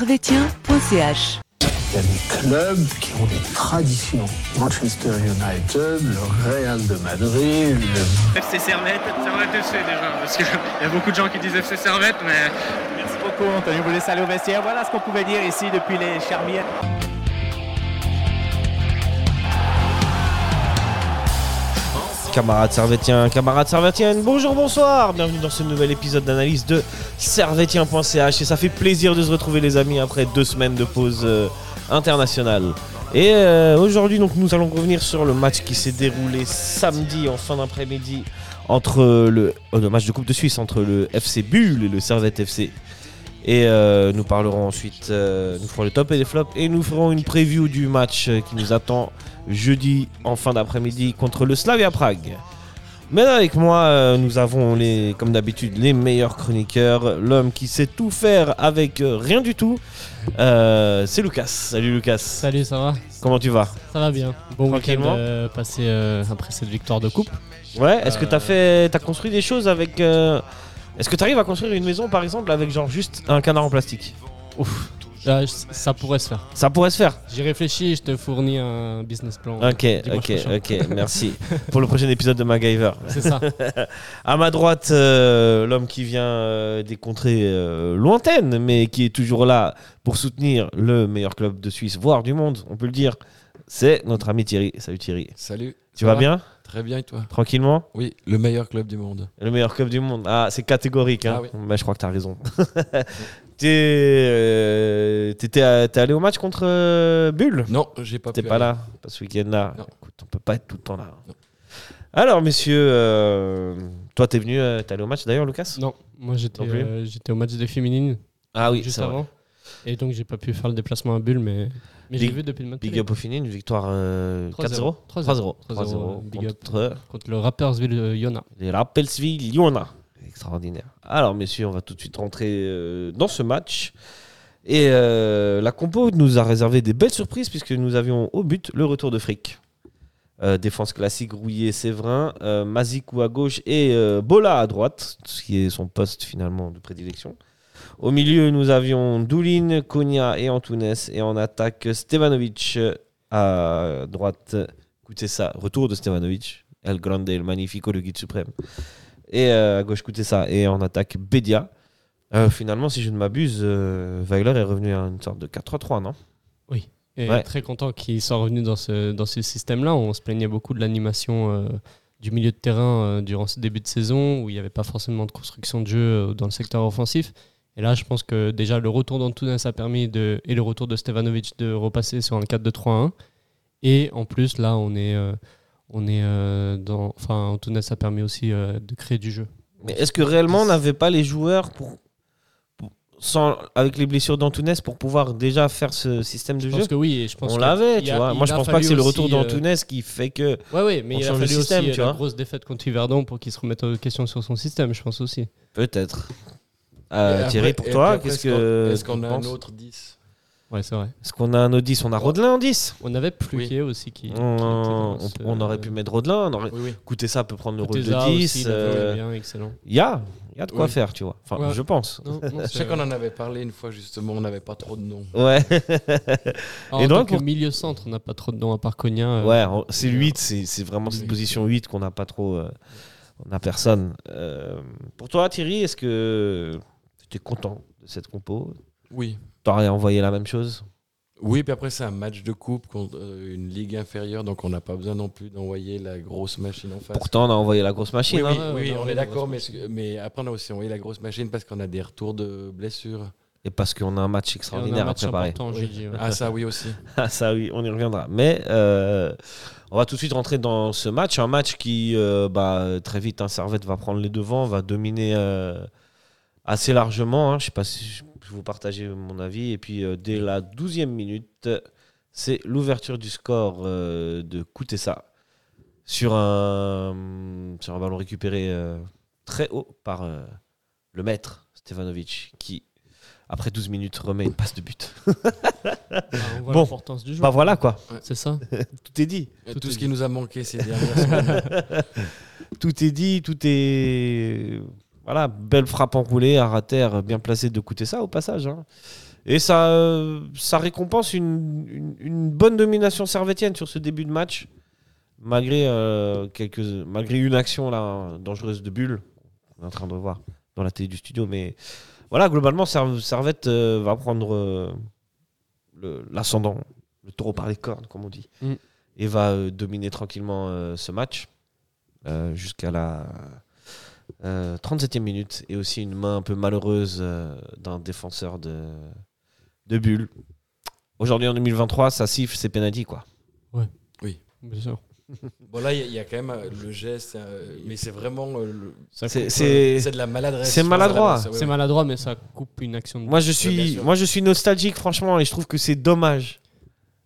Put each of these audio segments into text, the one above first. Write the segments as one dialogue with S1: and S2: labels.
S1: servetien.ch.
S2: Il y a des clubs qui ont des traditions. Manchester United, le Real de Madrid, le-
S3: FC Servette, Servette FC déjà, parce qu'il y a beaucoup de gens qui disent FC Servette, mais... Merci beaucoup Antonio, vous laissez aller au vestiaire, voilà ce qu'on pouvait dire ici depuis les Charmières.
S4: Camarades servétiens, camarades servétiennes, bonjour, bonsoir, bienvenue dans ce nouvel épisode d'analyse de servetien.ch et ça fait plaisir de se retrouver les amis après deux semaines de pause euh, internationale. Et euh, aujourd'hui donc nous allons revenir sur le match qui s'est déroulé samedi en fin d'après-midi entre euh, le, oh, le match de Coupe de Suisse entre le FC Bulle et le Servette FC. Et euh, nous parlerons ensuite, euh, nous ferons le top et les flops et nous ferons une preview du match euh, qui nous attend jeudi en fin d'après-midi contre le Slavia Prague. Mais là, avec moi, euh, nous avons les, comme d'habitude les meilleurs chroniqueurs, l'homme qui sait tout faire avec euh, rien du tout. Euh, c'est Lucas. Salut Lucas.
S5: Salut, ça va
S4: Comment tu vas
S5: Ça va bien. Bon week-end
S4: Tranquillement.
S5: euh, passé euh, après cette victoire de coupe.
S4: Ouais. Est-ce que
S5: Euh,
S4: t'as fait, t'as construit des choses avec euh, Est-ce que t'arrives à construire une maison par exemple avec genre juste un canard en plastique
S5: Ouf, là, Euh, c- ça pourrait se faire.
S4: Ça pourrait se faire.
S5: J'ai réfléchi, je te fournis un business plan.
S4: Ok,
S5: Dimanche
S4: ok,
S5: prochain.
S4: ok. Merci pour le prochain épisode de MacGyver.
S5: C'est ça.
S4: À ma droite, euh, l'homme qui vient euh, des contrées euh, lointaines, mais qui est toujours là pour soutenir le meilleur club de Suisse, voire du monde, on peut le dire, c'est notre ami Thierry. Salut Thierry.
S6: Salut.
S4: Tu
S6: Ça
S4: vas
S6: va
S4: bien
S6: Très bien et toi
S4: Tranquillement
S6: Oui, le meilleur club du monde.
S4: Le meilleur club du monde. Ah, c'est catégorique. Hein.
S6: Ah oui.
S4: Mais je crois que tu as raison. T'es euh, t'étais à- t'es allé au match contre euh, Bulle
S6: Non, j'ai pas
S4: T'es
S6: pu
S4: pas
S6: aller.
S4: là, pas ce week-end-là.
S6: Non.
S4: Écoute, on peut pas être tout le temps là.
S6: Non.
S4: Alors, messieurs, euh, toi, t'es venu, euh, t'es allé au match d'ailleurs, Lucas
S5: non, moi j'étais
S4: Non plus.
S5: euh, j'étais au match des féminines
S4: Ah oui,
S5: juste
S4: c'est vrai.
S5: avant. Et donc j'ai pas pu faire le déplacement à Bulle, mais, mais j'ai
S4: Big-
S5: vu depuis le match
S4: Big up au fini, une victoire euh, 4-0
S5: 3-0.
S4: 3-0.
S5: 3-0,
S4: 3-0
S5: big up.
S4: contre
S5: contre le Rappersville euh, Yona.
S4: les Rappelsville Yona. Extraordinaire. Alors, messieurs, on va tout de suite rentrer euh, dans ce match. Et euh, la compo nous a réservé des belles surprises puisque nous avions au but le retour de Frick. Euh, défense classique, Rouillé, Séverin, euh, Mazikou à gauche et euh, Bola à droite, ce qui est son poste finalement de prédilection. Au milieu, nous avions Doulin, Konya et Antunes. Et en attaque, Stevanovic euh, à droite. Écoutez ça, retour de Stevanovic. El Grande, le Magnifico, le guide suprême. Et euh, à gauche, écoutez ça. Et en attaque, Bedia. Euh, finalement, si je ne m'abuse, euh, Weiler est revenu à une sorte de 4-3-3, non
S5: Et
S4: Ouais.
S5: très content qu'ils soient revenus dans ce, dans ce système-là. On se plaignait beaucoup de l'animation euh, du milieu de terrain euh, durant ce début de saison où il n'y avait pas forcément de construction de jeu euh, dans le secteur offensif. Et là, je pense que déjà le retour d'Antunes a permis de, et le retour de Stevanovic de repasser sur un 4-2-3-1. Et en plus, là, on est, euh, on est euh, dans. Enfin, Antunes a permis aussi euh, de créer du jeu.
S4: Mais est-ce que réellement on n'avait pas les joueurs pour, pour- sans, avec les blessures d'Antunes pour pouvoir déjà faire ce système de
S5: Je
S4: jeu
S5: pense que oui, et je pense
S4: on
S5: que
S4: l'avait,
S5: il
S4: tu
S5: a-
S4: vois. Moi,
S5: il
S4: je
S5: a
S4: pense pas que
S5: fallu
S4: c'est le retour
S5: aussi, euh,
S4: d'Antunes qui fait que.
S5: Ouais, ouais, mais
S4: On
S5: il a
S4: change
S5: fallu
S4: le système,
S5: aussi euh,
S4: tu
S5: la
S4: vois.
S5: grosse défaite contre Yverdon pour qu'ils se remettent en question sur son système, je pense aussi.
S4: Peut-être.
S6: Et
S4: Euh,
S6: après-
S4: Thierry, pour
S6: et
S4: toi,
S6: puis après,
S4: qu'est-ce
S6: est-ce qu'on-
S4: que.
S6: Est-ce qu'on
S4: tu
S6: a un
S4: penses
S6: autre 10
S5: Ouais, c'est vrai.
S4: Est-ce qu'on a un Odis On a Rodelin en 10
S5: On avait
S6: Oui.
S5: Pluquet aussi qui. qui
S4: on,
S5: était dans
S4: on-
S5: ce-
S4: on aurait pu mettre Rodelin, on aurait...
S6: Oui, oui.
S4: écoutez ça, peut prendre le rôle
S5: Teza
S4: de
S5: aussi,
S4: 10.
S5: il avait
S4: euh,
S5: joué bien, excellent.
S4: Il y a, il y a de quoi
S6: Oui.
S4: faire, tu vois. Enfin,
S5: Ouais.
S4: je pense.
S5: Non, non,
S6: Je sais qu'on en avait parlé une fois justement, on n'avait pas trop de noms.
S4: Ouais,
S5: Alors,
S4: Et
S5: Ah, en
S4: donc,
S5: tant que
S4: pour-
S5: milieu centre, on n'a pas trop de noms à part Cognac. euh,
S4: ouais on- c'est
S5: euh,
S4: 8, c'est c'est vraiment cette
S6: oui.
S4: position 8 qu'on n'a pas trop. euh, on n'a personne. Euh, pour toi, Thierry, est-ce que tu es content de cette compo
S6: Oui.
S4: T'aurais envoyé la même chose
S6: Oui, puis après c'est un match de coupe contre euh, une ligue inférieure, donc on n'a pas besoin non plus d'envoyer la grosse machine en face.
S4: Pourtant, on a envoyé la grosse machine.
S6: oui, oui,
S4: hein.
S5: hein,
S6: oui,
S5: ouais, on a
S6: on
S5: envoyé
S6: est
S5: la
S6: d'accord, mais,
S5: grosse
S6: ce- mais après on a aussi envoyé la grosse machine parce qu'on a des retours de blessures.
S4: Et parce qu'on a un match
S5: et on a un
S4: extraordinaire à
S5: match
S4: préparer.
S5: important jeudi, ouais.
S6: Ah ça oui aussi.
S4: Ah, ça oui, on y reviendra. Mais euh, on va tout de suite rentrer dans ce match. Un match qui, euh, bah, très vite, hein, Servette va prendre les devants, va dominer euh, assez largement. hein. Je ne sais pas si je- vous partagez mon avis. Et puis, euh, dès la 12e minute, c'est l'ouverture du score euh, de Koutessa sur un, sur un ballon récupéré euh, très haut par euh, le maître Stevanovic qui, après 12 minutes, remet une passe de but.
S5: Ah, on voit
S4: Bon.
S5: l'importance du jeu.
S4: Bah voilà quoi,
S5: C'est ça.
S4: tout est dit.
S6: Tout,
S5: Tout
S6: ce
S5: est
S6: qui nous a manqué ces dernières semaines.
S4: tout est dit, tout est. Voilà, belle frappe enroulée, à terre, bien placée de coûter ça au passage. hein. Et ça, euh, ça récompense une, une- une bonne domination servétienne sur ce début de match, malgré, euh, quelques, malgré une action là, dangereuse de bulle qu'on est en train de voir dans la télé du studio. Mais voilà, globalement, Serv- Servette euh, va prendre euh, le- l'ascendant, le, taureau par les cornes, comme on dit,
S5: Mm.
S4: et va euh, dominer tranquillement euh, ce match euh, jusqu'à la euh, 37e minute et aussi une main un peu malheureuse euh, d'un défenseur de, de Bulle. Aujourd'hui en 2023, ça siffle, c'est penalty quoi.
S5: Bien sûr.
S6: Bon, là, il y a- il y, a quand même euh, le geste, euh, mais c'est vraiment. euh, le-
S5: Ça
S4: C'est-
S5: coupe, euh,
S4: C'est
S6: c'est de la maladresse.
S4: c'est
S6: je pense,
S4: maladroit.
S6: la- ouais,
S5: c'est
S6: ouais.
S5: maladroit, mais ça coupe une action de
S4: moi je
S6: Ouais, bien
S4: suis
S6: sûr.
S4: moi je suis nostalgique franchement et je trouve que c'est dommage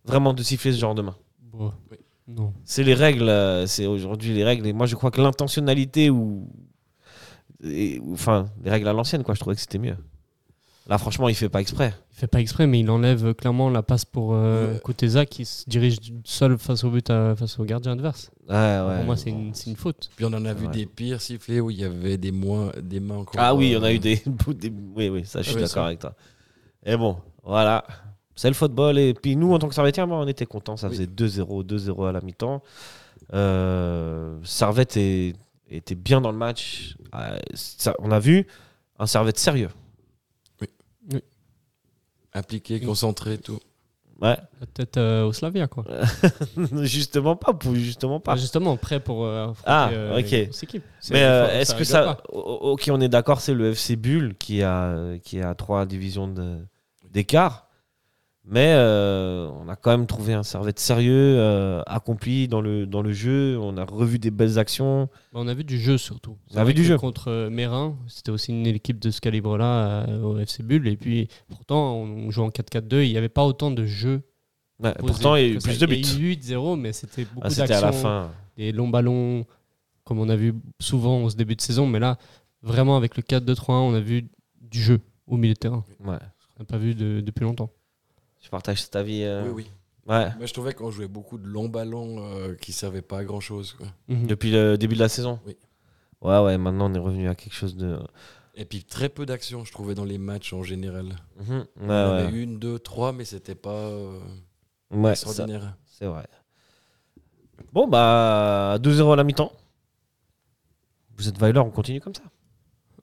S4: vraiment de siffler ce genre de main.
S5: Bon.
S6: Oui.
S5: Non.
S4: C'est les règles, euh, c'est aujourd'hui les règles et moi je crois que l'intentionnalité ou et- ou- enfin les règles à l'ancienne quoi, je trouvais que c'était mieux. Là franchement, il fait pas exprès.
S5: Il fait pas exprès, mais il enlève euh, clairement la passe pour euh,
S6: Ouais.
S5: Kuteza qui se dirige seul face au but, à- face au gardien adverse.
S4: Ouais, ouais.
S5: pour moi, c'est une, c'est une faute.
S6: Puis on en a vu
S4: Ouais.
S6: des pires sifflets où il y avait des, moins, des mains encore.
S4: Ah oui,
S6: euh,
S4: on a eu des, des- Oui, oui, ça, je suis
S6: Ah Oui,
S4: d'accord
S6: ça.
S4: avec toi. Et bon, voilà. C'est le football. Et puis nous, en tant que Servetiens, moi, on était contents. Ça
S6: Oui.
S4: faisait 2-0, 2-0 à la mi-temps. Euh, Servette est- était bien dans le match. Euh, ça- on a vu un Servette sérieux.
S6: Appliqué, concentré, tout.
S4: Ouais.
S5: Peut-être euh, au Slavia, quoi.
S4: justement pas, Pou, justement pas.
S5: Ah, justement, prêt pour euh, affronter
S4: Ah,
S5: euh,
S4: ok.
S5: les grosses équipes. C'est-
S4: Mais euh,
S5: faut-
S4: est-ce que
S5: rigole
S4: ça.
S5: pas.
S4: o- o- Ok, on est d'accord, c'est le FC Bull qui a, qui a trois divisions de- d'écart. Mais euh, on a quand même trouvé un servette sérieux, euh, accompli dans le, dans le jeu. On a revu des belles actions.
S5: Bah, On a vu du jeu surtout. C'est
S4: a
S5: vrai
S4: vu du
S5: que
S4: jeu.
S5: Contre euh, Mérin, c'était aussi une équipe de ce calibre-là euh, au FC Bull. Et puis, pourtant, on joue en 4-4-2. Il n'y avait pas autant de jeux.
S4: Ouais,
S5: posés
S4: pourtant, il y a eu
S5: que ça.
S4: plus de buts.
S5: Il y a eu 8-0, mais c'était beaucoup
S4: Ah, C'était
S5: d'actions.
S4: à la fin.
S5: Des longs ballons, comme on a vu souvent au début de saison. Mais là, vraiment, avec le 4-2-3-1, on a vu du jeu au milieu de terrain.
S4: Ouais.
S5: On n'a pas vu de- depuis longtemps.
S4: Je partage cet avis. euh,
S6: Oui, oui.
S4: Ouais.
S6: Moi, je trouvais qu'on jouait beaucoup de longs ballons euh, qui servaient pas à grand chose. Quoi.
S5: Mhm.
S4: Depuis le début de la saison.
S6: Oui.
S4: Ouais, ouais, maintenant on est revenu à quelque chose de.
S6: Et puis très peu d'actions, je trouvais, dans les matchs en général.
S4: Mhm. Ouais,
S6: On en avait
S4: ouais.
S6: une, deux, trois, mais c'était pas euh,
S4: Ouais, ça-
S6: extraordinaire.
S4: C'est vrai. Bon, bah, 2-0 à la mi-temps. Vous êtes Weiler, on continue comme ça.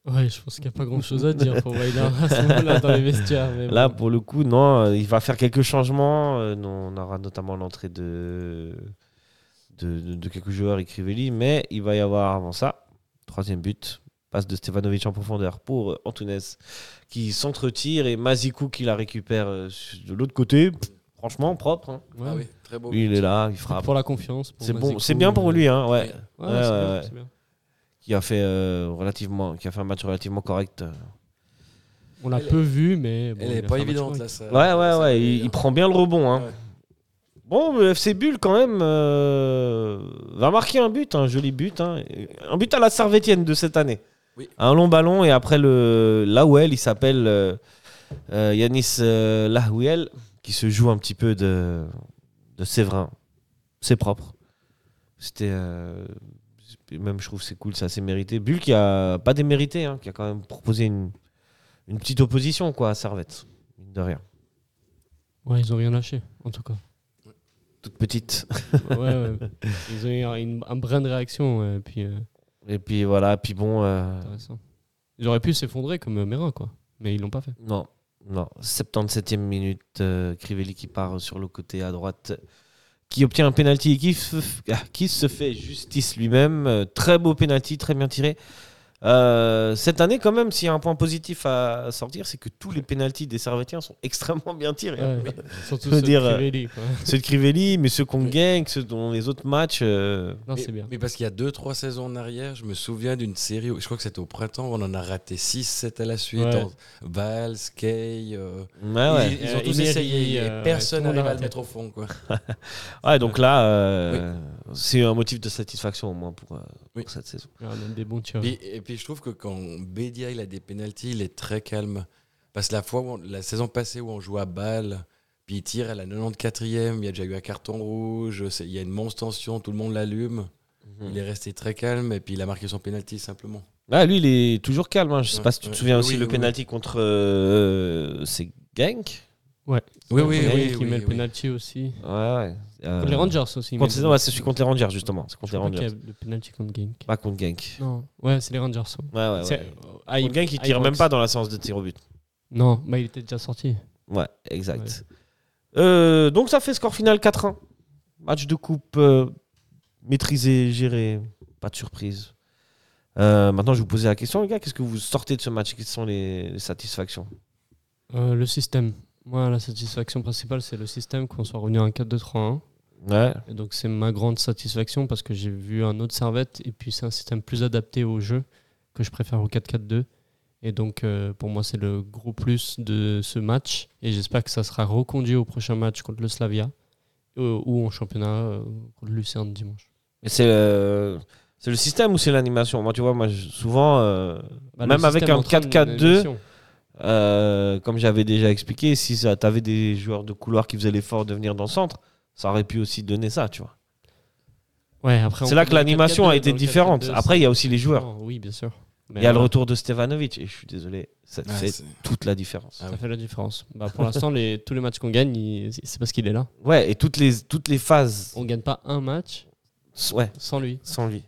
S5: Ouais, je pense qu'il n'y a pas grand chose à dire pour Weiler à ce moment-là dans les vestiaires. mais
S4: Là,
S5: bon.
S4: pour le coup, non, euh, il va faire quelques changements. Euh, non, On aura notamment l'entrée de... De, de- de quelques joueurs, Crivelli, mais il va y avoir avant ça, troisième but, passe de Stevanovic en profondeur pour euh, Antunes qui s'entretire et Mazikou qui la récupère euh, de l'autre côté. Franchement, propre. hein.
S5: Ouais.
S6: Ah oui, très beau.
S4: Lui, il est là, il
S5: Pour,
S4: frappe.
S5: la confiance. pour
S4: C'est bon,
S5: Mazikou,
S4: c'est bien pour
S5: euh,
S4: lui, hein, ouais.
S6: Ouais.
S5: Ouais,
S4: Ouais, ouais,
S5: c'est bien,
S4: ouais.
S5: c'est bien.
S4: qui a fait euh, relativement qui a fait un match relativement correct.
S5: On l'a
S6: Elle
S5: peu vu, mais. bon,
S6: Elle
S5: il
S6: est
S5: a fait
S6: pas
S5: un match
S6: évidente
S5: correct.
S6: là. Ça,
S4: Ouais ouais
S6: ça
S4: ouais,
S6: fait
S4: il,
S6: dire.
S4: il prend bien le rebond hein.
S6: Ouais.
S4: Bon, le FC Bull quand même euh, va marquer un but, un joli but hein. Un but à la Servétienne de cette année.
S6: Oui.
S4: Un long ballon et après le Laouel, il s'appelle euh, euh, Yanis euh, Laouel qui se joue un petit peu de de Séverin. C'est propre. C'était euh, même je trouve que c'est cool, ça c'est mérité. Bull qui a pas démérité hein, qui a quand même proposé une une petite opposition quoi à Servette, mine de rien.
S5: Ouais, ils ont rien lâché, en tout cas.
S4: Toute petite.
S5: ouais, ouais. Ils ont eu un, une- un brin de réaction, ouais, et puis euh,
S4: Et puis voilà, puis bon, euh,
S5: intéressant. Ils auraient pu s'effondrer comme euh, Mérin, quoi. Mais ils l'ont pas fait.
S4: non, non. 77e minute, euh, Crivelli qui part sur le côté à droite, qui obtient un penalty et qui, se f- ah, qui se fait justice lui-même. Euh, très beau penalty, très bien tiré. Euh, cette année, quand même, s'il y a un point positif à sortir, c'est que tous les pénalties des Servetiens sont extrêmement bien tirés. hein.
S5: Ouais, Surtout
S4: Je veux
S5: ceux
S4: dire, euh,
S5: de Crivelli, quoi.
S4: Ceux de Crivelli, mais ceux qu'on
S6: Oui.
S4: gagne, ceux dont les autres matchs. euh,
S5: Non,
S6: Mais-
S5: c'est bien.
S6: Mais parce qu'il y a 2-3 saisons en arrière, je me souviens d'une série, où, je crois que c'était au printemps, on en a raté 6-7 à la suite.
S5: Ouais.
S6: en- Valls, Kay. euh,
S4: ouais, Ah ouais.
S6: Ils, ils ont
S5: Euh,
S6: tous
S5: Emery,
S6: essayé. et
S5: euh,
S6: personne
S5: tout le monde
S6: n'arrive
S5: a
S6: à le
S5: raté.
S6: mettre au fond. Quoi.
S4: Ouais, donc là, euh, c'est un motif de satisfaction au moins pour, euh,
S6: Oui.
S4: pour cette saison.
S5: Il y a même des bons tirs.
S6: Puis- et puis je trouve que quand Bédia il a des pénalties, il est très calme. Parce que la fois où on- la saison passée où on joue à balle, puis il tire à la 94e, il y a déjà eu un carton rouge, c'est- il y a une monstre tension, tout le monde l'allume. Il est resté très calme et puis il a marqué son pénalty simplement.
S4: Ah, lui, il est toujours calme. hein. Je sais
S6: Ouais,
S4: pas si tu te
S6: ouais.
S4: souviens
S6: Oui,
S4: aussi
S6: oui,
S4: le
S6: oui.
S4: penalty contre euh, c'est Genk
S5: Oui, oui,
S6: oui, oui,
S5: Qui
S6: oui,
S5: met le
S6: oui.
S5: penalty aussi.
S4: Ouais, ouais. Euh,
S5: Contre les Rangers aussi. il
S4: contre-
S5: met le-
S4: non, ouais, c'est celui contre les Rangers, justement. C'est contre
S5: Je
S4: les
S5: crois qu'il y
S4: Rangers.
S5: a le penalty contre Genk.
S4: Pas contre Genk.
S5: Non, ouais, c'est les Rangers. ouais.
S4: Ouais, ouais,
S5: C'est-
S4: ouais.
S5: Ah,
S4: Contre Genk, il tire
S5: Ibrox.
S4: même pas dans la séance de tir au but.
S5: Non, bah, il était déjà sorti.
S4: Ouais, exact. Euh, donc ça fait score final 4-1. Match de coupe euh, maîtrisé, géré, pas de surprise. Euh, maintenant, je vais vous poser la question, les gars, qu'est-ce que vous sortez de ce match Quelles sont les, les satisfactions
S5: Euh, le système. Moi, la satisfaction principale, c'est le système qu'on soit revenu à un 4-2-3-1.
S4: Ouais,
S5: Et donc, c'est ma grande satisfaction parce que j'ai vu un autre servette et puis c'est un système plus adapté au jeu que je préfère au 4-4-2. Et donc, euh, pour moi, c'est le gros plus de ce match. Et j'espère que ça sera reconduit au prochain match contre le Slavia euh, ou en championnat euh, contre Lucerne dimanche.
S4: mais c'est euh, c'est le système ou c'est l'animation Moi, tu vois, moi, je- souvent, euh,
S5: Bah, le
S4: Même avec
S5: système
S4: un
S5: entraîne une
S4: 4-4-2,
S5: évolution.
S4: euh, comme j'avais déjà expliqué, si tu avais des joueurs de couloir qui faisaient l'effort de venir dans le centre, ça aurait pu aussi donner ça, tu vois.
S5: Ouais, après, on
S4: C'est là que
S5: peut- dans le
S4: l'animation a
S5: 4-4-2,
S4: été
S5: dans le
S4: différente.
S5: 4-4-2,
S4: Après, il y a aussi les joueurs.
S5: Non, Oui, bien sûr. Mais
S4: Il y a le
S5: voilà,
S4: retour de Stevanovic, et je suis désolé, ça
S6: Ah,
S4: fait
S6: c'est-
S4: toute la différence.
S6: Ah
S5: Ça fait la différence. Bah, pour l'instant, les- tous les matchs qu'on gagne, il- c'est parce qu'il est là.
S4: Ouais, et toutes les, toutes les phases,
S5: On gagne pas un match
S4: s- ouais,
S5: sans lui.
S4: sans lui.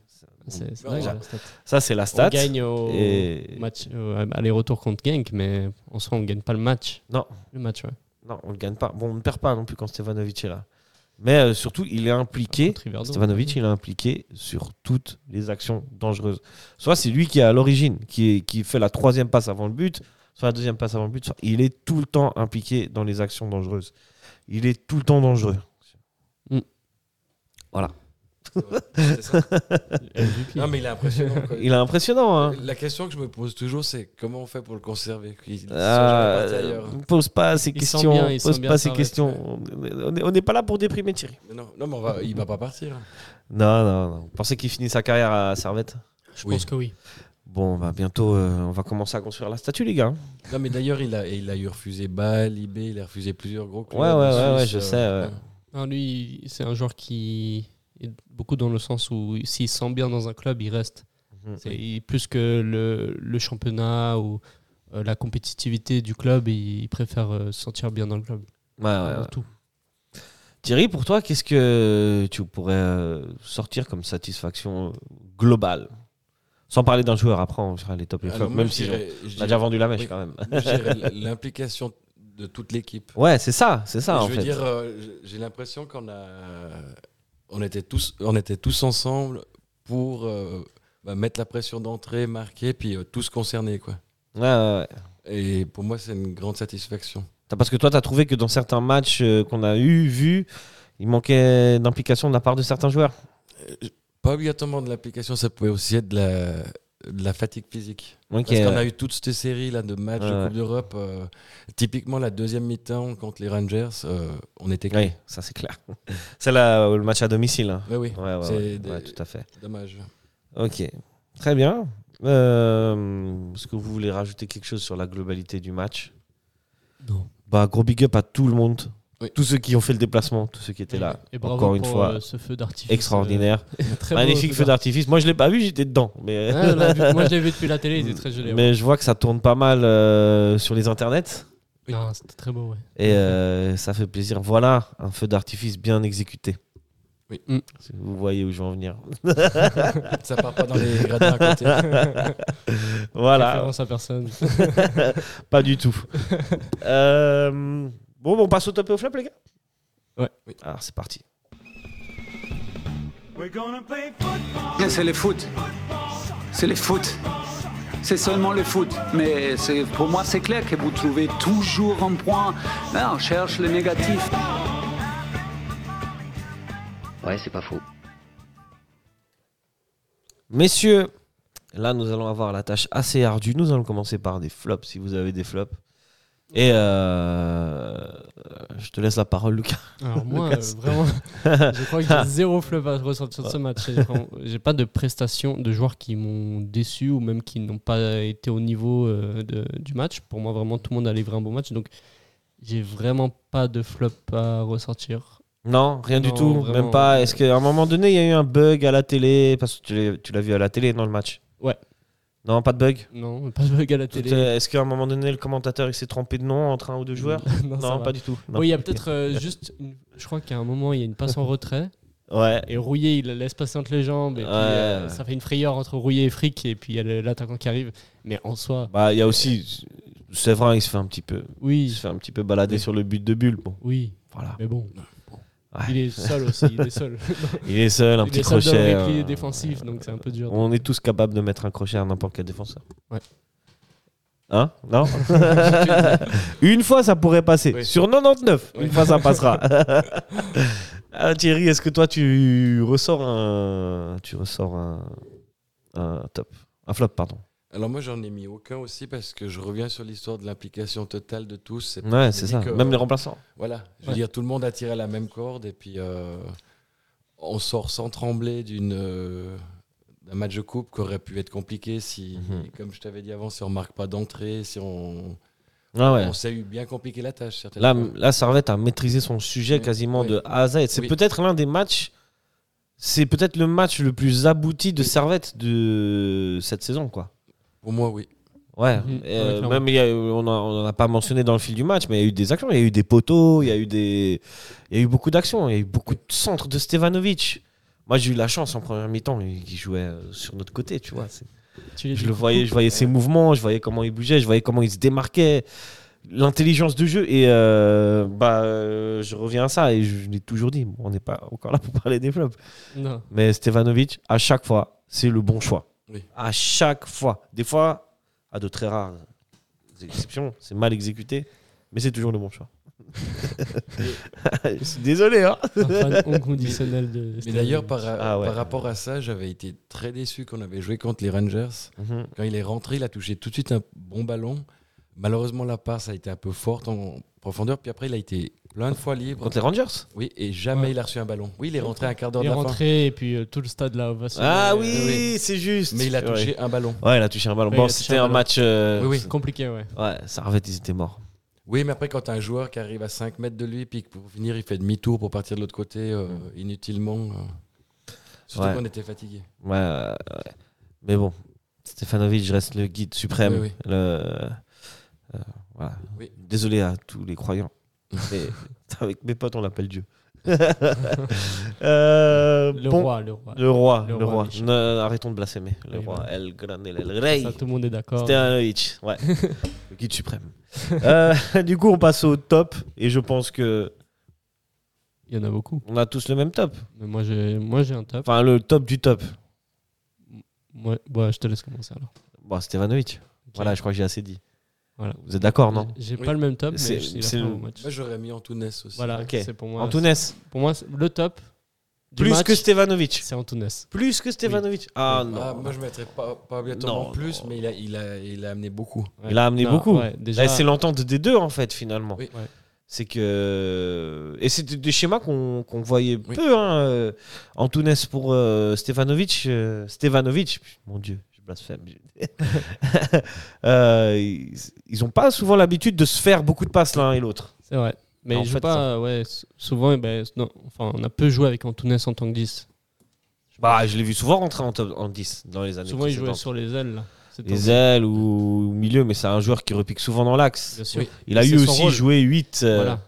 S5: C'est c'est
S6: Ouais,
S5: dingue,
S6: ouais.
S5: la stat.
S4: Ça, c'est la
S5: On
S4: stat.
S5: gagne au
S4: et-
S5: match, euh, aller-retour contre Genk, mais en soi, on gagne pas le match.
S4: Non.
S5: Le match, ouais.
S4: Non, on ne gagne pas. Bon, on ne perd pas non plus quand Stevanovic est là. Mais euh, surtout, il est impliqué.
S5: Contre Riverdo.
S4: Stevanovic, il est impliqué sur toutes les actions dangereuses. Soit c'est lui qui est à l'origine, qui, est- qui fait la troisième passe avant le but, soit la deuxième passe avant le but. soit- Il est tout le temps impliqué dans les actions dangereuses. Il est tout le temps dangereux.
S6: c'est ça.
S5: MVP.
S6: Non, mais il est impressionnant. quoi.
S4: Il est impressionnant. Hein.
S6: La question que je me pose toujours, c'est comment on fait pour le conserver Il-
S4: Ah,
S6: son jeu est parti ailleurs.
S4: euh, pose pas ces
S5: Il sent
S4: questions.
S5: bien, il
S4: pose
S5: sent bien
S4: pas
S5: le
S4: ces
S5: Servette,
S4: questions. On n'est- on n'est pas là pour déprimer Thierry.
S6: Mais Non, non, mais on va, il va pas partir.
S4: Non, non, non. Vous pensez qu'il finit sa carrière à Servette
S5: Je
S6: Oui.
S5: pense que oui.
S4: Bon, bah, bientôt, euh, on va commencer à construire la statue, les gars.
S6: Non, mais d'ailleurs, il a, il a eu refusé Bâle, IB, il a refusé plusieurs gros clubs.
S4: Ouais, ouais,
S6: de
S4: ouais,
S6: Suisse, euh,
S4: ouais, je sais, ouais.
S5: Non, lui, il- c'est un joueur qui est beaucoup dans le sens où s'il se sent bien dans un club, il reste. C'est- il- plus que le, le championnat ou euh, la compétitivité du club, il, il préfère euh, se sentir bien dans le club.
S4: Ouais, Ah ouais,
S5: Avant
S4: ouais.
S5: tout.
S4: Thierry, pour toi, qu'est-ce que tu pourrais euh, sortir comme satisfaction globale Sans parler d'un joueur, après, on fera les top et
S6: Alors,
S4: flops,
S6: moi,
S4: même
S6: Ah, je
S4: si on
S6: dirais- je
S4: on a déjà
S6: dirais-
S4: vendu la mèche
S6: Oui.
S4: quand même.
S6: moi, je dirais l'implication de toute l'équipe.
S4: Ouais, c'est ça, c'est ça, en
S6: je veux
S4: fait.
S6: dire, euh, j- j'ai l'impression qu'on a, on était tous, on était tous ensemble pour euh, bah, mettre la pression d'entrée, marquer, puis euh, tous concernés, quoi.
S4: Ouais, ouais, ouais.
S6: Et pour moi, c'est une grande satisfaction.
S4: T'as- Parce que toi, tu as trouvé que dans certains matchs euh, qu'on a eu, vu, il manquait d'implication de la part de certains joueurs.
S6: Pas obligatoirement de l'application, ça pouvait aussi être de la, de la fatigue physique.
S4: Ok,
S6: Parce qu'on a
S4: ouais.
S6: eu toute cette série là, de matchs
S4: Ouais,
S6: de
S4: ouais.
S6: Coupe d'Europe. euh, typiquement, la deuxième mi-temps contre les Rangers, euh, on était
S4: Oui, ça c'est clair. c'est là euh, le match à domicile. hein.
S6: Ouais, oui,
S4: Ouais, ouais,
S6: c'est
S4: ouais.
S6: des-
S4: Ouais, tout à fait.
S6: dommage.
S4: Ok, très bien. Euh, Est-ce que vous voulez rajouter quelque chose sur la globalité du match
S5: Non.
S4: Bah, gros big up à tout le monde.
S6: Oui.
S4: Tous ceux qui ont fait le déplacement, tous ceux qui étaient là.
S5: Et bravo
S4: Encore une
S5: pour,
S4: fois,
S5: euh, ce feu d'artifice.
S4: extraordinaire.
S5: euh, très beau
S4: Magnifique feu d'artifice. Moi, je l'ai pas vu, j'étais dedans. Mais,
S5: Ouais, on l'a vu. Moi, je l'ai vu depuis la télé, il était très joli. ouais.
S4: mais je vois que ça tourne pas mal euh, sur les internets.
S5: Non, c'était très beau, ouais.
S4: Et euh, ça fait plaisir. Voilà un feu d'artifice bien exécuté.
S6: Oui.
S5: Mm.
S4: Si Vous voyez où je veux en venir.
S6: ça part pas dans les gradins à côté.
S4: Voilà,
S5: Référence à personne.
S4: pas du tout. Euh, bon, bon, on passe au top et au flop, les gars
S5: Ouais.
S4: Oui. Alors, c'est parti.
S1: Mais C'est le foot. C'est le foot. C'est seulement le foot. Mais c'est- pour moi, c'est clair que vous trouvez toujours un point. Hein, on cherche le négatif.
S7: Ouais, c'est pas faux.
S4: Messieurs, là, nous allons avoir la tâche assez ardue. Nous allons commencer par des flops, si vous avez des flops. Et euh, je te laisse la parole, Lucas.
S5: Alors moi,
S4: Lucas.
S5: euh, vraiment, je crois que j'ai zéro flop à ressentir de ce match. J'ai vraiment- J'ai pas de prestations de joueurs qui m'ont déçu ou même qui n'ont pas été au niveau euh, de- du match. Pour moi, vraiment, tout le monde a livré un bon match. Donc, j'ai vraiment pas de flop à ressortir.
S4: Non, rien du
S5: Non,
S4: tout,
S5: vraiment.
S4: même pas. Est-ce qu'à un moment donné, il y a eu un bug à la télé Parce que tu l'as- tu l'as vu à la télé dans le match.
S5: Ouais.
S4: Non, pas de bug
S5: Non, pas de bug à la
S4: Tout,
S5: télé.
S4: euh, Est-ce qu'à un moment donné, le commentateur il s'est trompé de nom entre un ou deux joueurs
S5: non, ça
S4: Non,
S5: va.
S4: pas du tout. Non.
S5: Oui, il y a
S4: Ok.
S5: peut-être euh, juste. une- Je crois qu'à un moment, il y a une passe en retrait.
S4: Ouais.
S5: Et Rouillé, il la laisse passer entre les jambes. Et puis,
S4: Ouais.
S5: euh, ça fait une frayeur entre Rouillé et Frick. Et puis, il y a le- l'attaquant qui arrive. Mais en soi,
S4: Bah, il y a aussi. Séverin, il se fait un petit peu, il
S5: oui.
S4: se fait un petit peu balader
S5: Oui.
S4: sur le but de Bulle. Bon,
S5: Oui.
S4: voilà.
S5: Ah, Mais bon.
S4: Ouais.
S5: Il est seul aussi. Il est seul.
S4: Il est seul, un
S5: il
S4: petit
S5: est seul dans
S4: crochet.
S5: le
S4: euh,
S5: repli défensif. Donc, c'est un peu dur.
S4: On est tous capables de mettre un crochet à n'importe quel défenseur.
S5: Ouais.
S4: Hein Non Une fois, ça pourrait passer.
S6: Oui.
S4: Sur 99,
S6: Oui.
S4: une fois, ça passera. Ah, Thierry, est-ce que toi, tu ressors un, tu ressors un, un top Un flop, pardon.
S6: Alors moi, j'en ai mis aucun aussi parce que je reviens sur l'histoire de l'implication totale de tous. C'est-
S4: Ouais,
S6: je
S4: c'est
S6: dis
S4: ça.
S6: que-
S4: Même les remplaçants.
S6: Voilà, je veux
S5: Ouais.
S6: dire, tout le monde a tiré à la même corde et puis euh, on sort sans trembler d'une euh, d'un match de coupe qui aurait pu être compliqué si,
S4: Mhm.
S6: comme je t'avais dit avant, si on marque pas d'entrée, si on,
S4: Ah ouais.
S6: on s'est eu bien compliqué la tâche. certaines
S4: Là,
S6: fois.
S4: là, Servette a maîtrisé son sujet
S6: Oui,
S4: quasiment
S6: oui.
S4: de A à Z. C'est
S6: Oui.
S4: peut-être l'un des matchs. C'est peut-être le match le plus abouti de Servette de cette saison, quoi.
S6: Pour moi, oui.
S4: Ouais,
S5: Mhm.
S4: et, euh,
S5: Ouais, clairement.
S4: même il y a eu- on n'en a pas mentionné dans le fil du match, mais il y a eu des actions, il y a eu des poteaux, il y a eu des, il y a eu beaucoup d'actions, il y a eu beaucoup de centres de Stevanovic. Moi j'ai eu la chance en première mi-temps il- qu'il jouait euh, sur notre côté, tu vois. c'est-
S5: Tu l'as
S4: Je
S5: dit.
S4: le voyais, je voyais ses mouvements, je voyais comment il bougeait, je voyais comment il se démarquait, l'intelligence de jeu et euh, bah euh, je reviens à ça et je, l'ai toujours dit, on n'est pas encore là pour parler des flops.
S5: Non.
S4: Mais Stevanovic, à chaque fois, c'est le bon choix.
S6: Oui.
S4: À chaque fois. Des fois, à de très rares exceptions, c'est mal exécuté, mais c'est toujours le bon choix. Je suis désolé. Hein
S5: Un fan inconditionnel de.
S6: Mais
S5: Stéphane
S6: d'ailleurs, par, euh,
S4: Ah ouais.
S6: par rapport à ça, j'avais été très déçu qu'on avait joué contre les Rangers.
S4: Mhm.
S6: Quand il est rentré, il a touché tout de suite un bon ballon. Malheureusement, la passe a été un peu forte en profondeur. Puis après, il a été plein de fois libre.
S4: Contre les Rangers
S6: Oui, et jamais
S5: Ouais.
S6: il a reçu un ballon. Oui, il est rentré à un quart d'heure
S5: Il
S6: de
S5: est
S6: la fin.
S5: rentré. Et puis, euh, tout le stade là. va se-
S4: Ah
S5: euh,
S4: oui, c'est juste.
S6: Mais il a touché
S4: Ouais.
S6: un ballon.
S4: Ouais, il a touché un ballon.
S5: Ouais, il
S4: bon,
S5: a touché
S4: c'était
S5: un
S4: un
S5: ballon.
S4: match. euh,
S5: Oui, oui. Compliqué, ouais.
S4: Ouais, Servette, ils étaient morts.
S6: Oui, mais après, quand t'as un joueur qui arrive à 5 mètres de lui, puis que pour finir, il fait demi-tour pour partir de l'autre côté, euh, inutilement. euh, Surtout
S4: Mm. Ouais.
S6: qu'on était fatigué.
S4: Ouais, ouais, ouais. Mais bon, Stefanovic reste le guide suprême.
S6: Oui, oui.
S4: Le... euh, voilà.
S6: Oui.
S4: Désolé à tous les croyants. Mais avec mes potes, on l'appelle Dieu. Euh,
S5: Le
S4: bon,
S5: roi, le roi.
S4: Le roi.
S5: Le
S4: Le
S5: roi,
S4: roi.
S5: Michel.
S4: Ne- arrêtons de blasphémer. Le
S5: Oui,
S4: roi.
S5: voilà.
S4: El Grande, El Rey.
S5: Ça, tout le monde est d'accord.
S4: Stefanovic. Ouais. le guide suprême. Euh, du coup, on passe au top. Et je pense que
S5: Il y en a beaucoup.
S4: on a tous le même top.
S5: Mais moi, j'ai, moi, j'ai un top.
S4: Enfin, le top du top.
S5: Moi, ouais, je te laisse commencer alors.
S4: Bon, Stefanovic. Voilà, je crois que j'ai assez dit.
S5: Voilà.
S4: Vous êtes d'accord, non
S5: J'ai
S6: Oui.
S5: pas le même top, mais
S4: C'est-
S5: c'est, la
S4: c'est
S5: fin
S4: le-
S5: au match.
S6: Moi, j'aurais mis Antunes aussi.
S5: Voilà,
S4: Ok.
S5: c'est pour moi.
S4: Antunes.
S5: c'est- Pour moi, c'est- le top du
S4: Plus
S5: match,
S4: que Stevanovic.
S5: c'est Antunes.
S4: Plus que Stevanovic. Ah non.
S6: Ah, moi, je mettrais pas, pas obligatoirement
S4: Non,
S6: plus,
S4: non.
S6: mais il a, il, a, il a amené beaucoup.
S5: Ouais.
S4: Il a amené
S5: Non,
S4: beaucoup.
S5: ouais, déjà,
S4: Là, c'est l'entente des deux, en fait, finalement.
S6: Oui.
S5: Ouais.
S4: C'est que. Et c'est des schémas qu'on qu'on voyait
S6: Oui.
S4: peu. Hein. euh, Antunes pour euh, Stevanovic. euh, Stevanovic, mon Dieu, je blasphème. Euh, ils- ils n'ont pas souvent l'habitude de se faire beaucoup de passes l'un et l'autre.
S5: c'est vrai. Mais
S4: En
S5: je
S4: fait,
S5: sais pas, ouais, s- souvent, eh ben, non, enfin, on a peu joué avec Antunes en tant que 10.
S4: Bah, je l'ai vu souvent rentrer en, top- en 10 dans les années
S5: Souvent, il jouait
S4: précédentes.
S5: sur les ailes. là. C'est
S4: les ailes ou au milieu, mais c'est un joueur qui repique souvent dans l'axe.
S5: bien sûr.
S6: Oui.
S4: Il a
S5: C'est
S4: eu
S5: son
S4: aussi
S5: rôle.
S4: joué 8. euh,
S5: Voilà.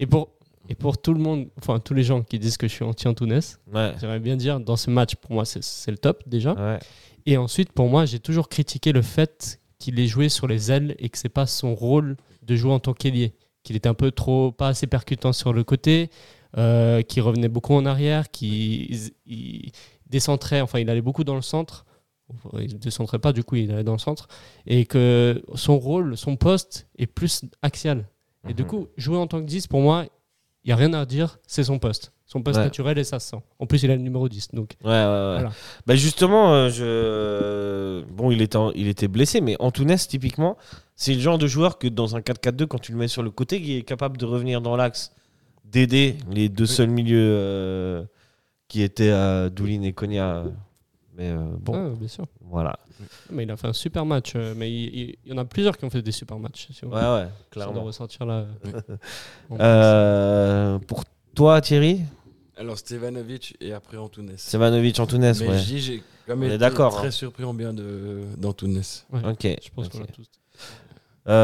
S5: Et pour, et pour tout le monde, enfin, tous les gens qui disent que je suis anti-Antunes,
S4: Ouais.
S5: j'aimerais bien dire, dans ce match, pour moi, c'est, c'est le top déjà.
S4: Ouais.
S5: Et ensuite, pour moi, j'ai toujours critiqué le fait qu'il ait joué sur les ailes et que c'est pas son rôle de jouer en tant qu'ailier. Qu'il était un peu trop, pas assez percutant sur le côté, euh, qu'il revenait beaucoup en arrière, qu'il il décentrait, enfin, il allait beaucoup dans le centre. Il ne décentrait pas, du coup, il allait dans le centre. Et que son rôle, son poste est plus axial. Et du
S4: Mhm.
S5: coup, jouer en tant que 10, pour moi, il n'y a rien à dire, c'est son poste. Son poste
S4: Ouais.
S5: naturel et ça se sent. En plus, il a le numéro 10. Donc,
S4: Ouais, ouais, ouais.
S5: Voilà.
S4: Bah justement, euh, je... bon, il était, en- il était blessé, mais Antunes, typiquement, c'est le genre de joueur que dans un 4-4-2, quand tu le mets sur le côté, il est capable de revenir dans l'axe, d'aider les deux seuls milieux euh, qui étaient à Doulin et Konya. Mais euh, bon,
S5: ah, bien sûr.
S4: voilà.
S5: Mais il a fait un super match. euh, Mais il, il- il y en a plusieurs qui ont fait des super matchs. Si on,
S4: Ouais, ouais,
S5: si on doit
S4: clairement.
S5: ressortir là.
S4: Euh, pour toi, Thierry
S6: Alors, Stevanovic et après Antunes.
S4: Stevanovic, Antunes,
S6: Mais
S4: ouais.
S6: je dis, j'ai- Comme
S4: On est
S6: été
S4: d'accord,
S6: Très
S4: hein.
S6: surpris en bien de d'Antunes.
S4: Ok.
S5: Je pense
S4: ok.
S5: qu'on a tous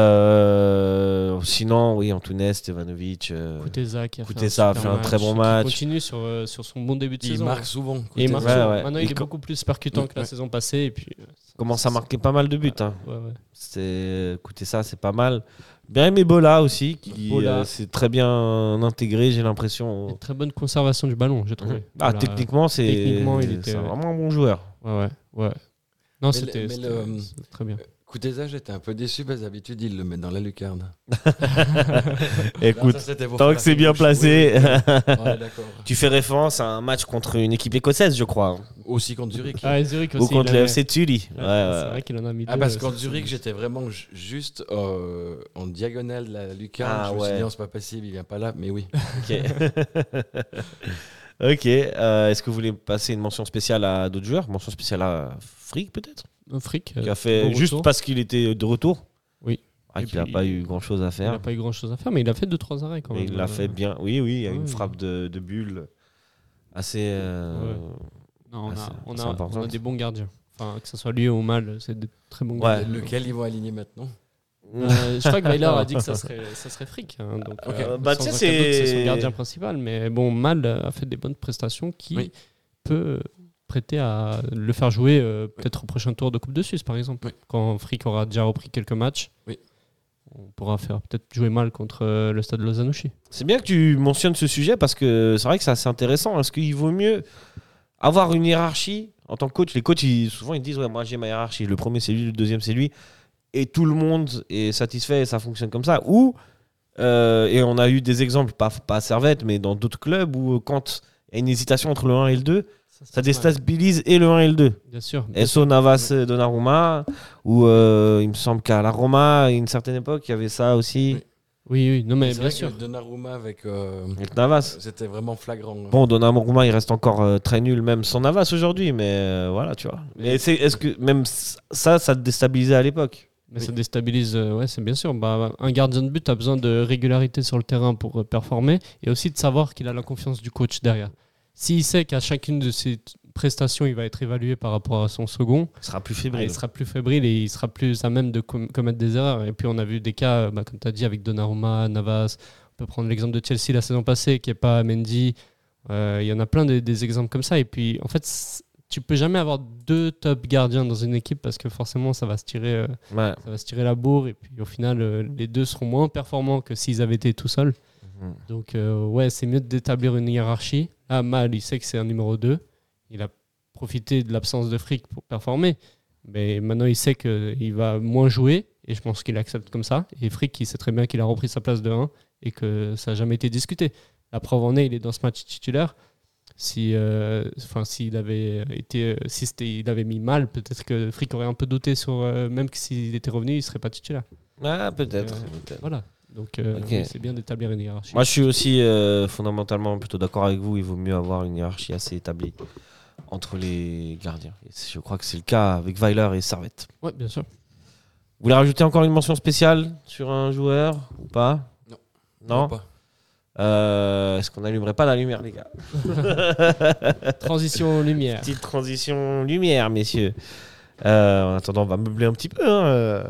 S4: Euh, sinon, oui, Antunes, Stevanovic. euh,
S5: Kuteza qui a fait,
S4: Kuteza
S5: un
S4: a fait
S5: super
S4: un très bon match.
S5: Il continue sur, euh, sur son bon début de
S6: Il
S5: saison. hein.
S6: marque souvent.
S5: Et il
S6: Kuteza.
S5: marque
S4: Ouais,
S5: souvent.
S4: ouais.
S5: Maintenant, il,
S4: Il
S5: est
S4: co-
S5: beaucoup plus percutant que la
S6: Ouais.
S5: saison passée. Et puis, euh,
S4: commence à marquer pas mal de buts. Hein.
S5: ouais, ouais.
S4: C'est, écoutez ça, c'est pas mal. Bien aimé Bola aussi, qui
S5: Bola.
S4: euh, s'est très bien intégré, j'ai l'impression.
S5: Et Très bonne conservation du ballon, j'ai trouvé.
S4: Ah,
S5: Voilà.
S4: techniquement, c'est,
S5: techniquement, il était-
S4: c'est vraiment un bon joueur.
S5: Ouais, ouais. ouais. Non,
S6: le-
S5: c'était
S6: mais
S5: c'était-
S6: le-
S5: c'était très bien.
S6: Kuteza, j'étais un peu déçu parce que d'habitude, ils le mettent dans la lucarne.
S4: Écoute,
S6: Non, ça, c'était pour
S4: tant
S6: faire
S4: que c'est
S6: la
S4: bien
S6: gauche. Oui,
S4: placé.
S6: oui, oui. Ouais, d'accord.
S4: tu fais référence à un match contre une équipe écossaise, je crois. hein.
S6: Aussi contre Zurich. Ah,
S5: Ah, et Zurich
S4: Ou
S5: aussi.
S4: contre
S5: il
S4: le
S5: avait-
S4: FC Tully. Ouais,
S5: Ouais, C'est
S4: ouais.
S5: vrai qu'il en a mis deux.
S6: parce qu'en
S5: euh,
S6: Zurich, j'étais vraiment ju- juste euh, en diagonale de la lucarne.
S4: Ah,
S6: je me suis
S4: ouais.
S6: dit, non, c'est pas possible, il vient pas là. Mais oui.
S4: Ok. Ok, euh, est-ce que vous voulez passer une mention spéciale à d'autres joueurs Mention spéciale à Frick, peut-être
S5: un fric.
S4: Qui
S5: euh,
S4: a fait
S5: bon
S4: juste
S5: retour.
S4: parce qu'il était de retour
S5: Oui.
S4: Ah,
S5: Et
S4: qu'il n'a
S5: puis,
S4: pas eu grand-chose à
S5: Il
S4: faire.
S5: n'a pas eu grand chose à faire, mais il a fait 2-3 arrêts quand
S4: Mais
S5: même.
S4: il l'a
S5: Euh,
S4: fait bien. Oui, oui, il y a une
S5: Ouais.
S4: frappe de, de bulle assez. euh,
S5: Non, on,
S4: Ah,
S5: a,
S4: c'est-
S5: on,
S4: c'est
S5: a- on a
S4: important.
S5: des bons gardiens. Enfin, que ce soit lui ou Mal, c'est des très bons
S4: Ouais.
S5: gardiens.
S6: Lequel ils vont aligner maintenant
S5: Euh, je crois que Weiler a dit que ça serait, ça serait fric. hein, donc,
S6: Ok.
S5: euh,
S4: Bah,
S5: sans
S4: tu sais,
S5: aucun doute,
S4: c'est-
S5: c'est son gardien principal. Mais bon, Mal a fait des bonnes prestations qui
S6: Oui.
S5: peut prêter à le faire jouer euh, peut-être au prochain tour de Coupe de Suisse, par exemple.
S6: Oui.
S5: Quand fric aura déjà repris quelques matchs,
S6: Oui.
S5: on pourra faire peut-être jouer Mal contre euh, le stade Lausanne-Ouchy.
S4: C'est bien que tu mentionnes ce sujet parce que c'est vrai que c'est assez intéressant. Est-ce qu'il vaut mieux avoir une hiérarchie en tant que coach Les coachs, ils- souvent, ils disent Ouais, moi j'ai ma hiérarchie. Le premier, c'est lui, le deuxième, c'est lui. Et tout le monde est satisfait et ça fonctionne comme ça. Ou, euh, et on a eu des exemples, pas, pas à Servette, mais dans d'autres clubs où euh, quand il y a une hésitation entre le 1 et le 2, ça déstabilise et le 1 et le 2.
S5: Bien sûr.
S4: SO Navas euh, Donnarumma, ou euh, il me semble qu'à la Roma, à une certaine époque, il y avait ça aussi.
S6: Oui.
S5: Oui, oui, non, mais
S6: C'est
S5: bien
S6: vrai
S5: sûr.
S6: que Donnarumma avec. euh,
S4: Avec Navas.
S6: C'était vraiment flagrant. hein.
S4: Bon, Donnarumma, il reste encore euh, très nul, même sans Navas aujourd'hui, mais euh, voilà, tu vois. Mais c'est- est-ce que même s- ça, ça te déstabilisait à l'époque
S5: Mais ça déstabilise, euh, ouais, c'est bien sûr. Bah, un gardien de but a besoin de régularité sur le terrain pour euh, performer et aussi de savoir qu'il a la confiance du coach derrière. S'il sait qu'à chacune de ses t- prestations, il va être évalué par rapport à son second,
S4: Ce sera plus
S5: bah,
S4: fébrile.
S5: il sera plus fébrile et il sera plus à même de com- commettre des erreurs. Et puis, on a vu des cas, euh, bah, comme tu as dit, avec Donnarumma, Navas. On peut prendre l'exemple de Chelsea la saison passée, qui n'est pas Mendy. Euh, Il y en a plein de- des exemples comme ça. Et puis, en fait, c- tu peux jamais avoir deux top gardiens dans une équipe parce que forcément, ça va se tirer. euh,
S4: Ouais.
S5: ça va se tirer la bourre et puis au final euh, les deux seront moins performants que s'ils avaient été tout seuls
S4: Mhm.
S5: donc euh, ouais c'est mieux d'établir une hiérarchie ah Mal il sait que c'est un numéro 2 il a profité de l'absence de fric pour performer mais maintenant il sait qu'il va moins jouer et je pense qu'il accepte comme ça et fric il sait très bien qu'il a repris sa place de 1 et que ça n'a jamais été discuté la preuve en est il est dans ce match titulaire si euh, enfin s'il avait été euh, si c'était il avait mis mal peut-être que Frick aurait un peu douté sur euh, même que s'il était revenu il serait pas titulaire
S4: Ah, peut-être.
S5: Euh,
S4: peut-être.
S5: voilà donc euh,
S4: Ok.
S5: oui, c'est bien d'établir une hiérarchie
S4: Moi, je suis aussi euh, fondamentalement plutôt d'accord avec vous. Il vaut mieux avoir une hiérarchie assez établie entre les gardiens. Et je crois que c'est le cas avec Weiler et Servette.
S5: ouais bien sûr
S4: Vous voulez rajouter encore une mention spéciale sur un joueur ou pas
S6: Non.
S4: Non
S6: Pas.
S4: Euh, Est-ce qu'on n'allumerait pas la lumière, les gars
S5: transition lumière
S4: Petite transition lumière, messieurs. Euh, en attendant, on va meubler un petit peu. hein, euh.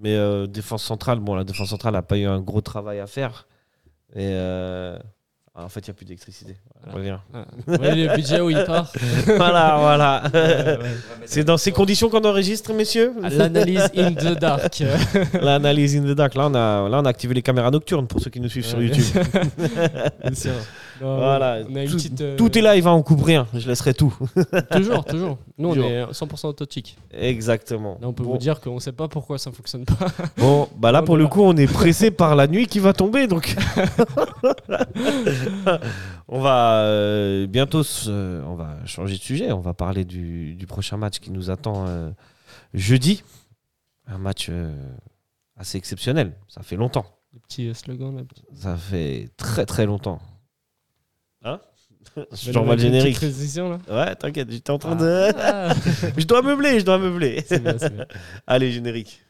S4: Mais euh, défense centrale, bon, la défense centrale n'a pas eu un gros travail à faire. Et euh, ah, en fait, il n'y a plus d'électricité. Voilà, revient.
S5: Ah, ouais, le budget où il part
S4: voilà, voilà.
S5: Euh, ouais.
S4: C'est dans ces conditions qu'on enregistre, messieurs.
S5: À l'analyse in the dark
S4: L'analyse in the dark. Là on, a, là, on a activé les caméras nocturnes pour ceux qui nous suivent sur
S5: Ouais, bien
S4: YouTube.
S5: sûr. Bien sûr. Non,
S4: Voilà.
S5: on a une
S4: Tout-
S5: petite, euh,
S4: Tout est live, hein, on coupe rien. Je laisserai tout.
S5: toujours toujours nous on
S4: Toujours.
S5: est euh, 100% authentique
S4: Exactement.
S5: là on peut
S4: Bon.
S5: vous dire qu'on sait pas pourquoi ça fonctionne pas
S4: Bon, bah là
S5: On
S4: pour
S5: est
S4: le
S5: là.
S4: coup, on est pressé par la nuit qui va tomber, donc on va euh, bientôt, se- on va changer de sujet. On va parler du, du prochain match qui nous attend euh, jeudi, un match euh, assez exceptionnel. Ça fait longtemps,
S5: le petit euh, slogan là, petit-
S4: ça fait très très longtemps. Hein Je
S5: Belle
S4: t'envoie le
S5: nouvelle, une petite
S4: générique.
S5: transition, là
S4: Ouais, t'inquiète, j'étais en train de.
S5: Ah.
S4: Je dois meubler, je dois meubler.
S5: C'est bien, c'est bien.
S4: Allez, générique.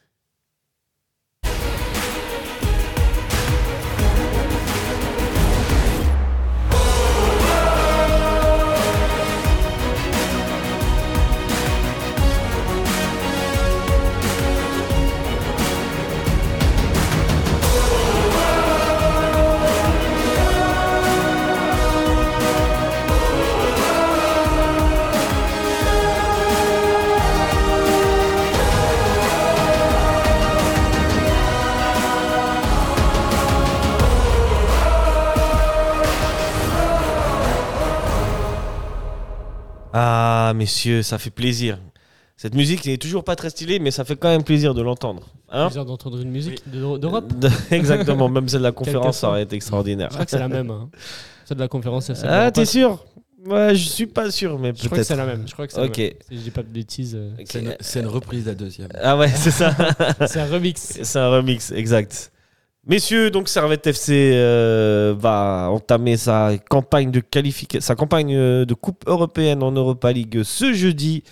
S4: Ah, messieurs, ça fait plaisir. Cette musique n'est toujours pas très stylée, mais ça fait quand même plaisir de l'entendre. Hein Euh,
S5: Plaisir d'entendre une musique de- d'Europe.
S4: De- Exactement, même celle de la conférence, ça
S5: fois.
S4: aurait été extraordinaire.
S5: Je crois que c'est la même. hein. Celle de la conférence, elle s'appelle
S4: Ah,
S5: pas-
S4: t'es sûr Ouais, je suis pas sûr, mais
S5: Je crois que
S4: peut-être.
S5: c'est la même. Je crois que c'est
S4: Ok.
S5: la même. Si je dis pas de bêtises. euh,
S4: Ok.
S6: C'est une, c'est une reprise de la deuxième.
S4: Ah ouais, c'est ça.
S5: C'est un remix.
S4: c'est un remix, exact. Messieurs, donc Servette FC euh, va entamer sa campagne de qualification, sa campagne euh, de Coupe européenne en Europa League ce jeudi.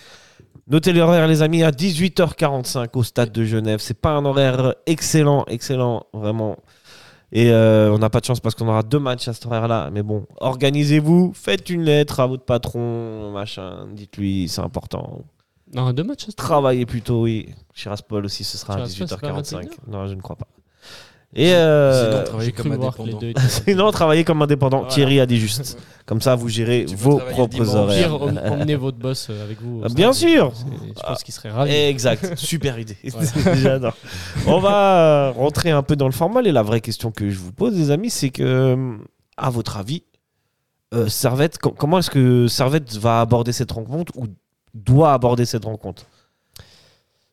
S4: Notez l'horaire, les amis, à 18h45 au stade de Genève. C'est pas un horaire excellent, excellent, vraiment. Et euh, on n'a pas de chance parce qu'on aura deux matchs à cet horaire-là. Mais bon, organisez-vous, faites une lettre à votre patron, machin. Dites-lui, c'est important.
S5: Non, deux matchs. c'est-
S4: Travaillez plutôt, oui. Chiraspol aussi, ce sera à
S5: Chiraspol, c'est pas
S4: 18h45.
S5: 21h?
S4: Non, je ne crois pas. Et euh,
S6: Sinon,
S4: sinon,
S6: travailler
S5: J'ai cru
S6: comme
S5: voir que les deux
S6: indépendant.
S5: étaient-
S4: travaillez comme indépendant.
S5: Voilà.
S4: Thierry a dit juste. Comme ça, vous gérez
S6: Tu peux
S4: vos
S6: travailler
S4: propres
S6: dimanche.
S5: Au pire,
S4: horaires.
S5: om- emmenez votre boss euh, avec vous.
S4: Ah, bien
S5: C'est-
S4: sûr.
S5: c'est- Je pense qu'il serait ravi.
S4: Exact, super idée.
S5: Ouais.
S4: J'adore. On va euh, rentrer un peu dans le formal et la vraie question que je vous pose, les amis, c'est que, euh, à votre avis, euh, Servette, co- comment est-ce que Servette va aborder cette rencontre ou doit aborder cette rencontre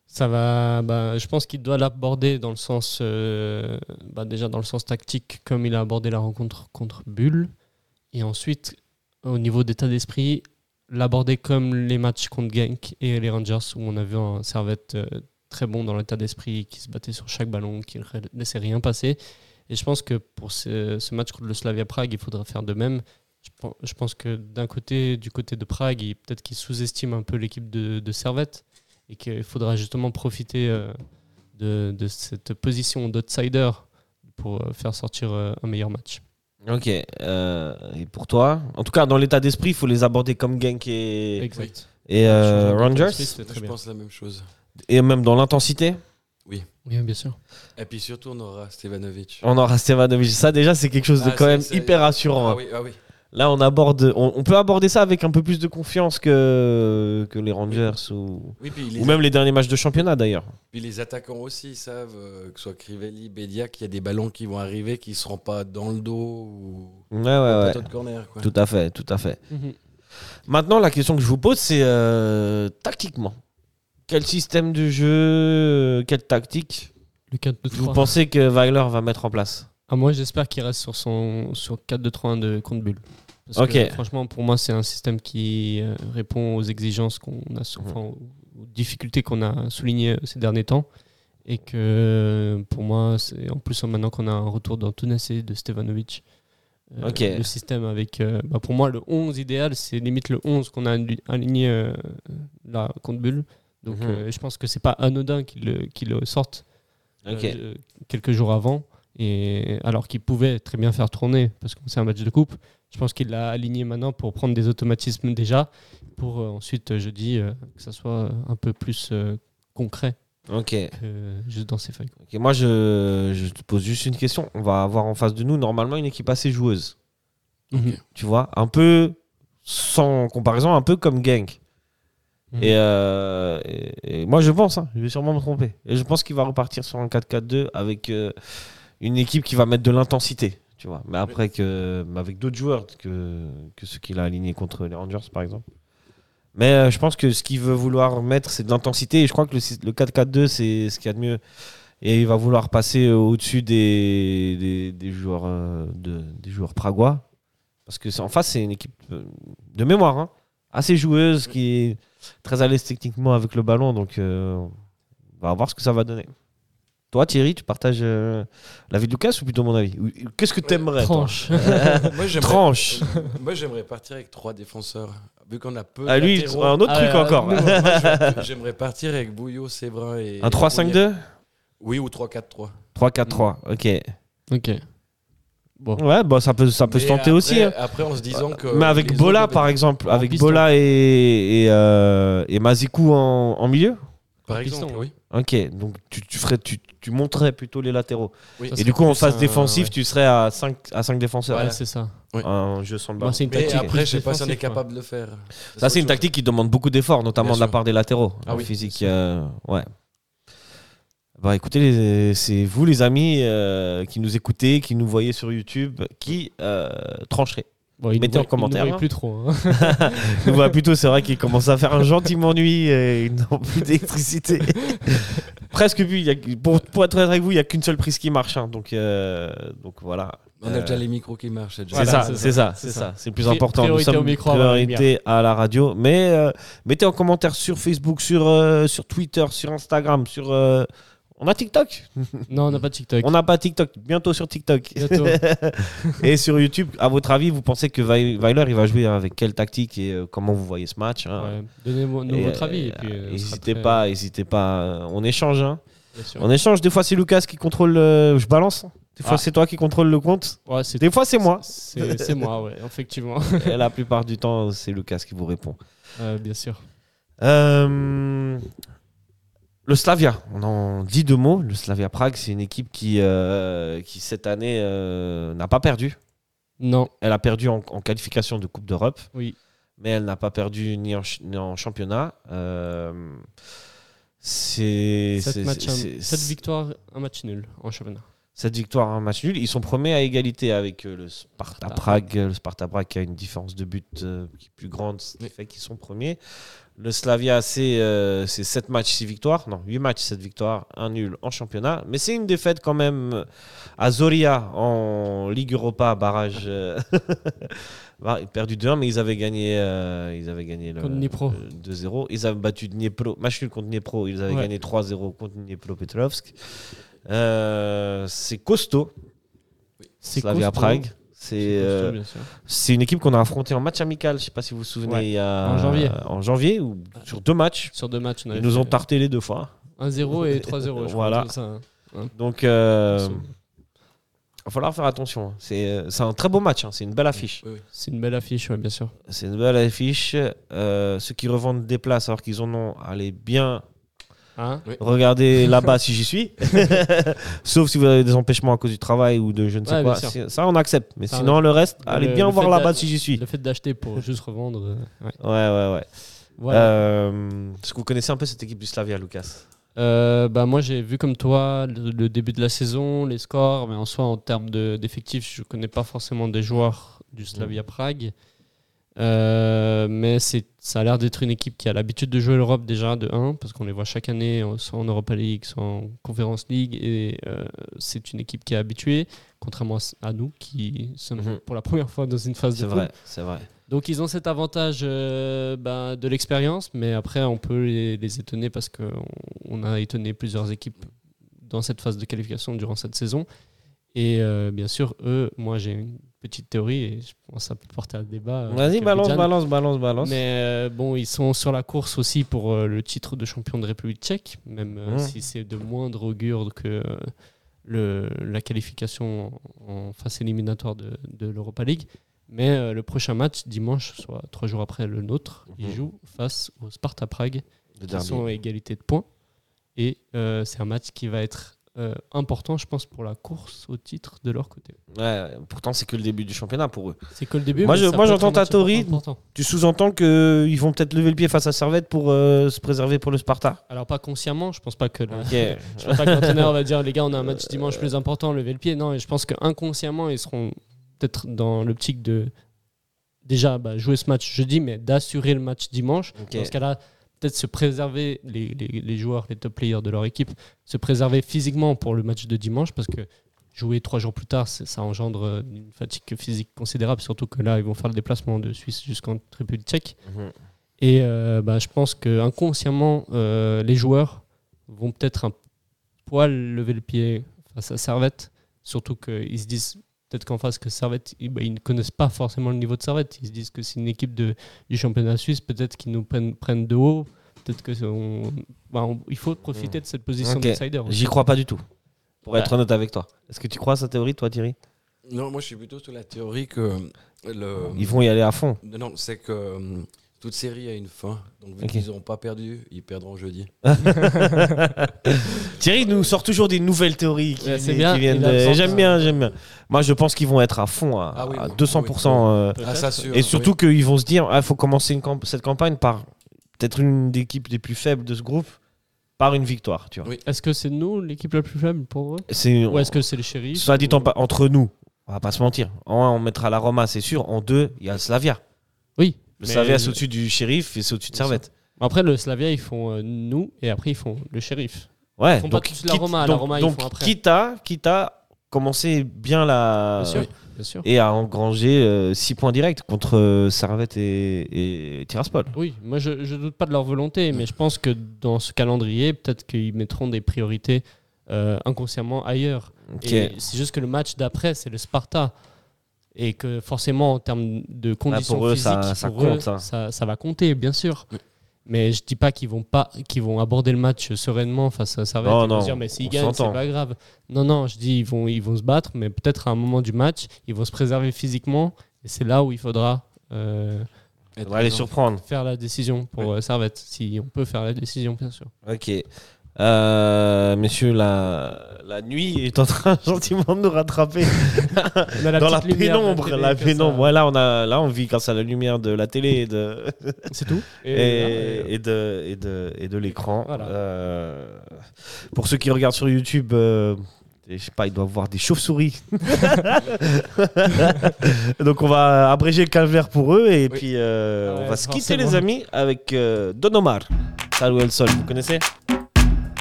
S5: Ça va. bah, je pense qu'il doit l'aborder dans le sens, euh, bah, déjà dans le sens tactique, comme il a abordé la rencontre contre Bulle, et ensuite au niveau d'état d'esprit, l'aborder comme les matchs contre Genk et les Rangers où on a vu un Servette euh, très bon dans l'état d'esprit, qui se battait sur chaque ballon, qui ne laissait rien passer. Et je pense que pour ce, ce match contre le Slavia Prague, il faudra faire de même. Je pen- Je pense que d'un côté, du côté de Prague, il- peut-être qu'il sous-estime un peu l'équipe de, de Servette et qu'il faudra justement profiter euh, de, de cette position d'outsider pour euh, faire sortir euh, un meilleur match.
S4: Ok, euh, et pour toi En tout cas, dans l'état d'esprit, il faut les aborder comme Genk et,
S5: Exact.
S4: et euh,
S5: Changer d'état d'esprit,
S4: Rangers,
S5: c'est très
S6: Je
S5: bien.
S6: pense la même chose.
S4: et même dans l'intensité.
S5: Oui, bien sûr.
S6: Et puis surtout, on aura Stevanovic.
S4: On aura Stevanovic. Ça, déjà, c'est quelque chose de
S6: Ah,
S4: quand
S6: c'est-
S4: même
S6: c'est-
S4: hyper rassurant.
S6: Ah
S4: hein.
S6: oui, ah oui.
S4: Là, on aborde, on, on peut aborder ça avec un peu plus de confiance que, que les Rangers ou,
S6: Oui, puis les,
S4: ou même les derniers matchs de championnat d'ailleurs.
S6: puis les attaquants aussi ils savent, euh, que ce soit Crivelli, Bédia, qu'il y a des ballons qui vont arriver qui ne seront pas dans le dos ou
S4: Ouais, ouais, ouais.
S6: poteau de corner. Quoi.
S4: Tout à fait, tout à fait.
S5: Mhm.
S4: Maintenant, la question que je vous pose, c'est euh, tactiquement. Quel système de jeu, euh, quelle tactique
S5: Le 4 2
S4: vous
S5: 3.
S4: pensez que Weiler va mettre en place
S5: Ah, moi, j'espère qu'il reste sur son sur 4 2 3 1 de contre Bull. Parce
S4: Ok.
S5: que, franchement, pour moi, c'est un système qui euh, répond aux exigences qu'on a, sou-
S4: Mhm.
S5: enfin, aux aux difficultés qu'on a soulignées euh, ces derniers temps. Et que euh, pour moi, c'est en plus hein, maintenant qu'on a un retour d'Antunes et de Stevanovic. euh,
S4: Ok.
S5: Le système avec. euh, bah, pour moi, le 11 idéal, c'est limite le 11 qu'on a aligné- aligné euh, là, contre Bull. Donc,
S4: Mhm.
S5: euh, je pense que c'est pas anodin qu'il le- qu'il le sorte
S4: Ok.
S5: euh, quelques jours avant. Et alors qu'il pouvait très bien faire tourner parce que c'est un match de coupe, je pense qu'il l'a aligné maintenant pour prendre des automatismes déjà, pour euh, ensuite euh, jeudi euh, que ça soit euh, un peu plus euh, concret
S4: Ok.
S5: que juste dans ses feuilles. quoi.
S4: Ok, moi, je, je te pose juste une question. On va avoir en face de nous, normalement, une équipe assez joueuse.
S5: Mhm.
S4: Tu vois Un peu, sans comparaison, un peu comme Gang.
S5: Mhm.
S4: Et, euh, et- et moi, je pense, hein, je vais sûrement me tromper. Et je pense qu'il va repartir sur un 4-4-2 avec euh, une équipe qui va mettre de l'intensité. Tu vois Mais après, que, mais avec d'autres joueurs que, que ceux qu'il a alignés contre les Rangers, par exemple. Mais euh, je pense que ce qu'il veut vouloir mettre, c'est de l'intensité. Et je crois que le, sy- le 4-4-2, c'est ce qu'il y a de mieux. Et il va vouloir passer euh, au-dessus des, des, des joueurs, euh, de, des joueurs pragois. Parce que c'est- en face, c'est une équipe euh, de mémoire, hein, assez joueuse, qui est très à l'aise techniquement avec le ballon. Donc, euh, on va voir ce que ça va donner. Toi, Thierry, tu partages euh, l'avis de Lucas ou plutôt mon avis Ou- ou Qu'est-ce que tu aimerais
S5: Tranche.
S6: Moi, j'aimerais-
S4: Tranche.
S6: Moi, j'aimerais partir avec trois défenseurs. Vu qu'on a peu.
S4: Ah, lui,
S6: latéraux.
S4: un autre
S5: Ah,
S4: truc
S5: euh,
S4: encore.
S5: nous,
S6: Moi, je- J'aimerais partir avec Bouillot, Séverin et.
S4: un 3-5-2
S6: Oui, ou 3-4-3.
S4: 3-4-3, ok.
S5: ok. Bon.
S4: Ouais, bah, ça peut, ça peut se
S6: Mais
S4: tenter
S6: après-
S4: aussi. hein.
S6: Après, en se disant que.
S5: euh,
S4: Mais avec
S6: les
S4: Bola,
S6: autres-
S4: par exemple,
S5: en
S4: avec
S5: piston.
S4: Bola et, et, euh, et Mazikou en, en milieu
S6: Par exemple,
S5: Piston,
S6: oui.
S4: Ok, donc tu, tu, ferais, tu, tu monterais plutôt les latéraux.
S6: Oui.
S5: Ça
S4: et
S5: serait
S4: du coup, en
S5: plus
S4: phase
S5: un-
S4: défensive,
S5: ouais.
S4: tu serais à 5, à cinq défenseurs. hein.
S5: Ouais, c'est ça.
S4: Un jeu sans le
S5: Moi,
S4: ballon.
S5: c'est une
S6: Mais
S5: tactique.
S6: après, je sais pas si on est
S5: défensive,
S6: capable de le faire.
S4: Ça, c'est une
S6: autre
S4: tactique qui demande beaucoup d'efforts, notamment
S6: Bien
S4: de la
S6: sûr.
S4: part des latéraux.
S6: Ah
S4: En
S6: oui,
S4: physique,
S6: bien sûr.
S4: euh, ouais. Bah écoutez, les- c'est vous les amis euh, qui nous écoutez, qui nous voyez sur YouTube, qui euh, trancherez.
S5: Bon, il
S4: Mettez en
S5: nous voit- il nous
S4: commentaire.
S5: voit plus trop. hein.
S4: On voit plutôt, c'est vrai qu'il commence à faire un gentiment nuit et ils n'ont plus d'électricité. Presque plus. il y a- pour, pour être honnête avec vous, il n'y a qu'une seule prise qui marche. hein, donc, euh, donc voilà.
S6: On a
S4: Euh,
S6: déjà les micros qui marchent. déjà.
S4: C'est ça,
S5: Voilà, c'est
S4: c'est ça,
S5: c'est
S4: c'est
S5: ça.
S4: ça. C'est le plus
S5: Pri-
S4: important. Nous
S5: priorité
S4: sommes
S5: au micro avant la
S4: priorité à la radio. Mais euh, mettez en commentaire sur Facebook, sur, euh, sur Twitter, sur Instagram, sur. euh, on a TikTok.
S5: non, on n'a pas de TikTok.
S4: On n'a pas TikTok. Bientôt sur TikTok.
S5: Bientôt.
S4: et sur YouTube, à votre avis, vous pensez que Weil- Weiler il va jouer avec quelle tactique et euh, comment vous voyez ce match hein
S5: Ouais. Donnez-nous
S4: Et,
S5: votre
S4: euh,
S5: avis. et puis, euh, on sera
S4: N'hésitez
S5: très-
S4: pas, n'hésitez pas. euh, On échange. hein.
S5: bien sûr.
S4: On échange. Des fois, c'est Lucas qui contrôle. euh, je balance. Des fois,
S5: Ah.
S4: c'est toi qui contrôle le compte.
S5: Ouais, c'est
S4: Des fois, c'est moi.
S5: C'est c'est moi, ouais, effectivement.
S4: Et la plupart du temps, c'est Lucas qui vous répond.
S5: Euh, bien sûr.
S4: Euh, le Slavia, on en dit deux mots. Le Slavia Prague, c'est une équipe qui, euh, qui cette année, euh, n'a pas perdu.
S5: Non,
S4: Elle a perdu en, en qualification de Coupe d'Europe,
S5: oui.
S4: mais elle n'a pas perdu ni en, ch- ni en championnat. Euh, c'est
S5: 7,
S4: c'est-
S5: matchs,
S4: c'est-
S5: un- sept victoires, un match nul en championnat.
S4: cette victoire un match nul. Ils sont premiers à égalité avec euh, le Sparta
S5: Sparta.
S4: Prague. Le Sparta Prague qui a une différence de but euh, qui est plus grande, ce qui
S6: Oui.
S4: fait qu'ils sont premiers. Le Slavia, c'est euh, c'est 7 matchs, 6 victoires. Non, 8 matchs, 7 victoires, 1 nul en championnat. Mais c'est une défaite quand même euh, à Zoria en Ligue Europa, barrage. euh, bah, ils ont perdu 2-1, mais ils avaient gagné, euh, ils avaient gagné le,
S5: Contre Dnipro.
S4: le 2-0. Ils avaient battu Dniepro, match nul contre Dniepro. Ils avaient
S5: Ouais.
S4: gagné 3-0 contre Dniepro Petrovsk. Euh, c'est costaveau,
S5: C'est
S4: Slavia
S5: costaud.
S4: Prague.
S5: C'est
S4: C'est
S5: costaud,
S4: euh,
S5: bien sûr.
S4: c'est une équipe qu'on a affrontée en match amical, je sais pas si vous vous souvenez,
S5: Ouais.
S4: il y a-
S5: En janvier.
S4: en janvier, ou sur deux matchs.
S5: Sur deux matchs, on avait
S4: Ils nous ont
S5: fait
S4: tarté les deux fois.
S5: 1-0 et 3-0. je crois,
S4: Voilà.
S5: c'est ça, hein.
S4: Donc, euh,
S5: Ensemble.
S4: il va falloir faire attention. C'est euh, c'est un très beau match, hein, c'est une belle affiche.
S6: Oui, oui.
S5: C'est une belle affiche, ouais, bien sûr.
S4: C'est une belle affiche. Euh, ceux qui revendent des places alors qu'ils en ont, allez bien
S5: Hein
S4: regarder là-bas si j'y suis. Sauf si vous avez des empêchements à cause du travail ou de je ne sais
S5: Ouais,
S4: quoi.
S5: bien sûr.
S4: C'est- Ça, on accepte. Mais
S5: Ça,
S4: sinon, le reste, allez
S5: le-
S4: bien
S5: le
S4: voir
S5: fait
S4: là-bas
S5: d'a-
S4: si j'y suis.
S5: Le fait d'acheter pour juste revendre. euh, ouais.
S4: Ouais, ouais, ouais.
S5: Voilà.
S4: Euh, Est-ce que vous connaissez un peu cette équipe du Slavia, Lucas
S5: Euh, bah, moi, j'ai vu comme toi le, le début de la saison, les scores, mais en soi, en termes de- d'effectifs, je connais pas forcément des joueurs du Slavia Prague. Euh, mais c'est- ça a l'air d'être une équipe qui a l'habitude de jouer l'Europe déjà, de 1, parce qu'on les voit chaque année, euh, soit en Europa League, soit en Conference League, et euh, c'est une équipe qui est habituée, contrairement à s- à nous, qui sommes
S4: Mhm.
S5: pour la première fois dans une phase de
S4: C'est
S5: poule.
S4: vrai, c'est vrai.
S5: Donc ils ont cet avantage euh, bah, de l'expérience, mais après on peut les, les étonner parce qu'on on a étonné plusieurs équipes dans cette phase de qualification durant cette saison. Et euh, bien sûr, eux, moi j'ai une petite théorie et je pense que ça peut porter à débat. euh,
S4: Vas-y,
S5: avec
S4: balance,
S5: Abidjan.
S4: balance, balance, balance.
S5: Mais euh, bon, ils sont sur la course aussi pour euh, le titre de champion de République tchèque, même euh,
S4: Mmh.
S5: si c'est de moindre augure que euh, le, la qualification en phase éliminatoire de, de l'Europa League. Mais euh, le prochain match, dimanche, soit trois jours après le nôtre,
S4: Mhm.
S5: ils jouent face au Sparta Prague,
S4: Le
S5: qui
S4: derby.
S5: sont à égalité de points. Et euh, c'est un match qui va être euh, important, je pense, pour la course au titre de leur côté.
S4: Ouais, pourtant, c'est que le début du championnat pour eux.
S5: C'est que le début.
S4: Moi,
S5: mais
S4: je-
S5: ça
S4: moi,
S5: peut être
S4: j'entends
S5: un
S4: ta
S5: match
S4: théorie.
S5: important.
S4: Tu sous-entends qu'ils vont peut-être lever le pied face à Servette pour euh, se préserver pour le Sparta.
S5: Alors, pas consciemment, je pense pas que le-
S4: Ok.
S5: Je pense pas que l'entraîneur va dire les gars on a un match dimanche plus important, levez le pied. Non, et je pense qu'inconsciemment ils seront peut-être dans l'optique de déjà bah, jouer ce match jeudi, mais d'assurer le match dimanche.
S4: Ok.
S5: Dans ce cas-là, peut-être se préserver les, les- les joueurs, les top players de leur équipe, se préserver physiquement pour le match de dimanche parce que jouer trois jours plus tard, c'est- ça engendre euh, une fatigue physique considérable, surtout que là ils vont faire le déplacement de Suisse jusqu'en République tchèque.
S4: Mhm.
S5: Et euh, bah, je pense que inconsciemment, euh, les joueurs vont peut-être un poil lever le pied face à Servette. Surtout qu'ils se disent peut-être qu'en face que Servette, ils, bah, ils ne connaissent pas forcément le niveau de Servette. Ils se disent que c'est une équipe de, du championnat suisse, peut-être qu'ils nous prennent, prennent de haut. Peut-être que c'est- on- bah, on- il faut profiter de cette position
S4: Ok.
S5: d'outsider.
S4: J'y crois pas du tout. Pour
S5: Bah.
S4: être honnête avec toi. Est-ce que tu crois à sa théorie, toi, Thierry
S6: Non, moi je suis plutôt sur la théorie que le.
S4: Ils vont y aller à fond.
S6: Non, Non, c'est que euh, toute série a une fin. Donc, vu
S4: Ok.
S6: qu'ils n'auront pas perdu, ils perdront jeudi. Ah,
S4: Thierry nous sort toujours des nouvelles théories qui,
S5: Ouais, c'est
S4: qui
S5: bien,
S4: viennent.
S5: il est
S4: de-
S5: absent.
S4: J'aime bien, j'aime bien. Moi, je pense qu'ils vont être à fond, à,
S6: Ah oui,
S4: à
S6: oui,
S4: 200%. euh,
S5: Peut-être.
S6: Ah, ça, sûr.
S4: Et surtout qu'ils vont se dire, il faut commencer une camp- cette campagne par peut-être une des équipes les plus faibles de ce groupe, par une victoire. Tu vois.
S6: Oui.
S5: Est-ce que c'est nous l'équipe la plus faible pour eux
S4: C'est
S5: Ou est-ce que c'est le shérif
S4: soit dit en pa- entre nous, On va pas se mentir. En un, on mettra la Roma, c'est sûr. En deux, il y a le Slavia.
S5: Oui.
S4: Le
S5: mais-
S4: Slavia, c'est au-dessus du shérif et c'est au-dessus de Servette.
S5: Après, le Slavia, ils font euh, nous et après, ils font le shérif.
S4: Ouais.
S5: Ils font
S4: donc,
S5: pas tous la
S4: quitte-
S5: Roma, la
S4: donc-
S5: Roma, ils
S4: donc,
S5: font après.
S4: quitte à, quitte à commencer bien la.
S5: Bien sûr. Bien sûr.
S4: Et à engranger 6 points directs contre euh, Servette et, et Tiraspol.
S5: Oui, moi je, je doute pas de leur volonté,
S4: Mm.
S5: mais je pense que dans ce calendrier, peut-être qu'ils mettront des priorités euh, inconsciemment ailleurs.
S4: Ok.
S5: Et C'est juste que le match d'après, c'est le Sparta. Et que forcément, en termes de conditions
S4: Ah, eux,
S5: physiques,
S4: ça- ça
S5: pour eux,
S4: compte, hein. Mm.
S5: ça- ça va compter, bien sûr. Mais je dis pas qu'ils vont pas qu'ils vont aborder le match sereinement face à Servette
S4: Non,
S5: et vont
S4: non,
S5: se dire mais s'ils
S4: on
S5: gagnent c'est
S4: s'entend.
S5: pas grave. Non non, je dis ils vont ils vont se battre mais peut-être à un moment du match, ils vont se préserver physiquement et c'est là où il faudra euh,
S4: On va les surprendre.
S5: faire la décision pour euh, Servette, si on peut faire la décision, bien sûr.
S4: Ok. Euh, messieurs, la, la nuit est en train gentiment de nous rattraper dans la pénombre. La, pénombre. Voilà, on a, là, on vit grâce à la lumière de la télé et de,
S5: C'est tout.
S4: et, et de, et de, et de l'écran.
S5: euh, Voilà.
S4: Euh, pour ceux qui regardent sur YouTube, euh, je sais pas, ils doivent voir des chauves-souris. Donc on va abréger le calvaire pour eux et
S5: Oui. Ah
S4: puis euh,
S5: Ouais,
S4: on va se quitter
S5: forcément.
S4: les amis avec euh, Don Omar. Salou El Sol, vous connaissez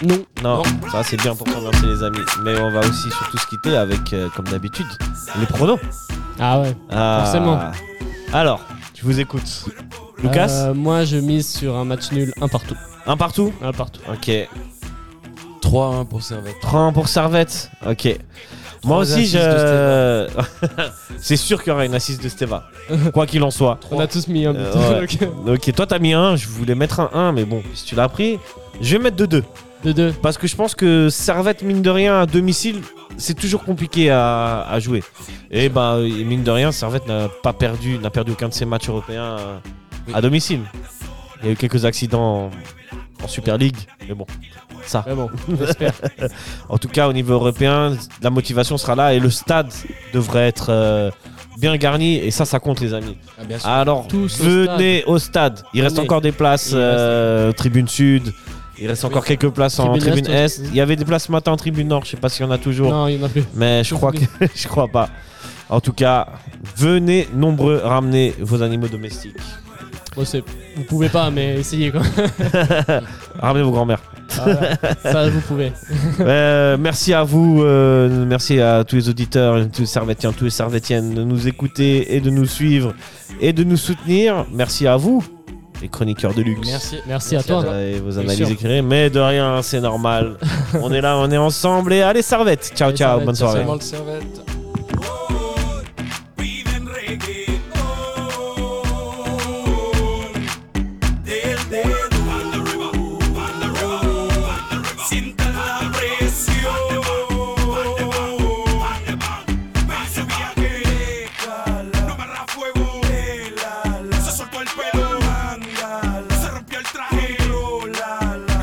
S5: Non.
S4: non,
S5: Non.
S4: ça c'est bien pour commencer les amis. Mais on va aussi surtout se quitter avec, euh, comme d'habitude, les pronos.
S5: Ah ouais.
S4: Ah.
S5: Forcément.
S4: Alors, je vous écoute. Lucas,
S5: Euh, moi, je mise sur un match nul, un partout.
S4: un partout
S5: Un partout.
S4: Ok.
S6: 3-1 pour Servette.
S4: 3 pour Servette. Ok. Moi aussi,
S6: assises de
S4: je. c'est sûr qu'il y aura une assise de Steva. Quoi qu'il en soit.
S5: On a tous mis un but.
S4: Euh, ouais.
S5: Donc,
S4: Ok, toi t'as mis un, je voulais mettre un 1, mais bon, si tu l'as pris, je vais mettre 2-2.
S5: De deux.
S4: Parce que je pense que Servette, mine de rien, à domicile, c'est toujours compliqué à, à jouer. Et bah, et mine de rien, Servette n'a pas perdu, n'a perdu aucun de ses matchs européens euh, à domicile. Il y a eu quelques accidents en, en Super League, mais bon, ça.
S5: Mais bon, j'espère.
S4: En tout cas, au niveau européen, la motivation sera là et le stade devrait être euh, bien garni. Et ça, ça compte, les amis.
S6: Ah, bien sûr.
S4: Alors,
S5: Tous au
S4: venez au stade. Il reste
S5: Venez.
S4: encore des places,
S5: Il reste-
S4: euh, tribune sud. Il reste encore quelques places en
S5: Tribune
S4: tribune
S5: Est,
S4: est.
S5: ouais.
S4: Il y avait des places ce matin en tribune nord. Je sais pas s'il y en a toujours.
S5: non, il y en a plus.
S4: Mais je crois que je crois pas. En tout cas, venez nombreux ramener vos animaux domestiques.
S5: Bon, c'est- vous pouvez pas, mais essayez quoi.
S4: Ramenez vos grands-mères.
S5: Voilà. Ça, vous pouvez.
S4: Euh, merci à vous, euh, merci à tous les auditeurs, tous les servétiens, tous les servétiennes de nous écouter et de nous suivre et de nous soutenir. Merci à vous, les chroniqueurs de luxe.
S5: Ah, Merci, à toi.
S4: Et vos
S5: Bien
S4: analyses
S5: sûr.
S4: écrites, mais de rien, c'est normal. on est là, on est ensemble et allez servette. Ciao,
S5: Allez,
S4: ciao,
S5: Servette,
S4: bonne
S5: ciao,
S4: soirée.
S5: ciao.
S6: Seulement le Servette.
S8: viven reggaetón. Del dedo. Sienta la presión. Va su viaje. No barra fuego. Se soltó el pelo. Se rompió el traje. Lo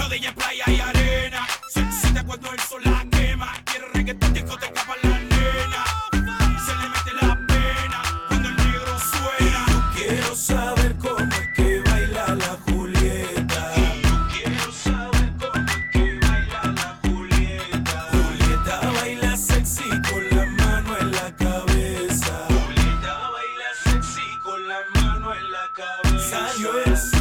S8: de ella es playa y arena. Se excita cuando el sol la quema. Quiere reggaetón, discoteca para la nena. Se le mete la pena cuando el negro suena. Yo quiero saber cómo es que baila la Julieta. Yo quiero saber cómo es que baila la Julieta. Julieta baila sexy con la mano en la cabeza. Julieta baila sexy con la mano en la cabeza. Salió el sol.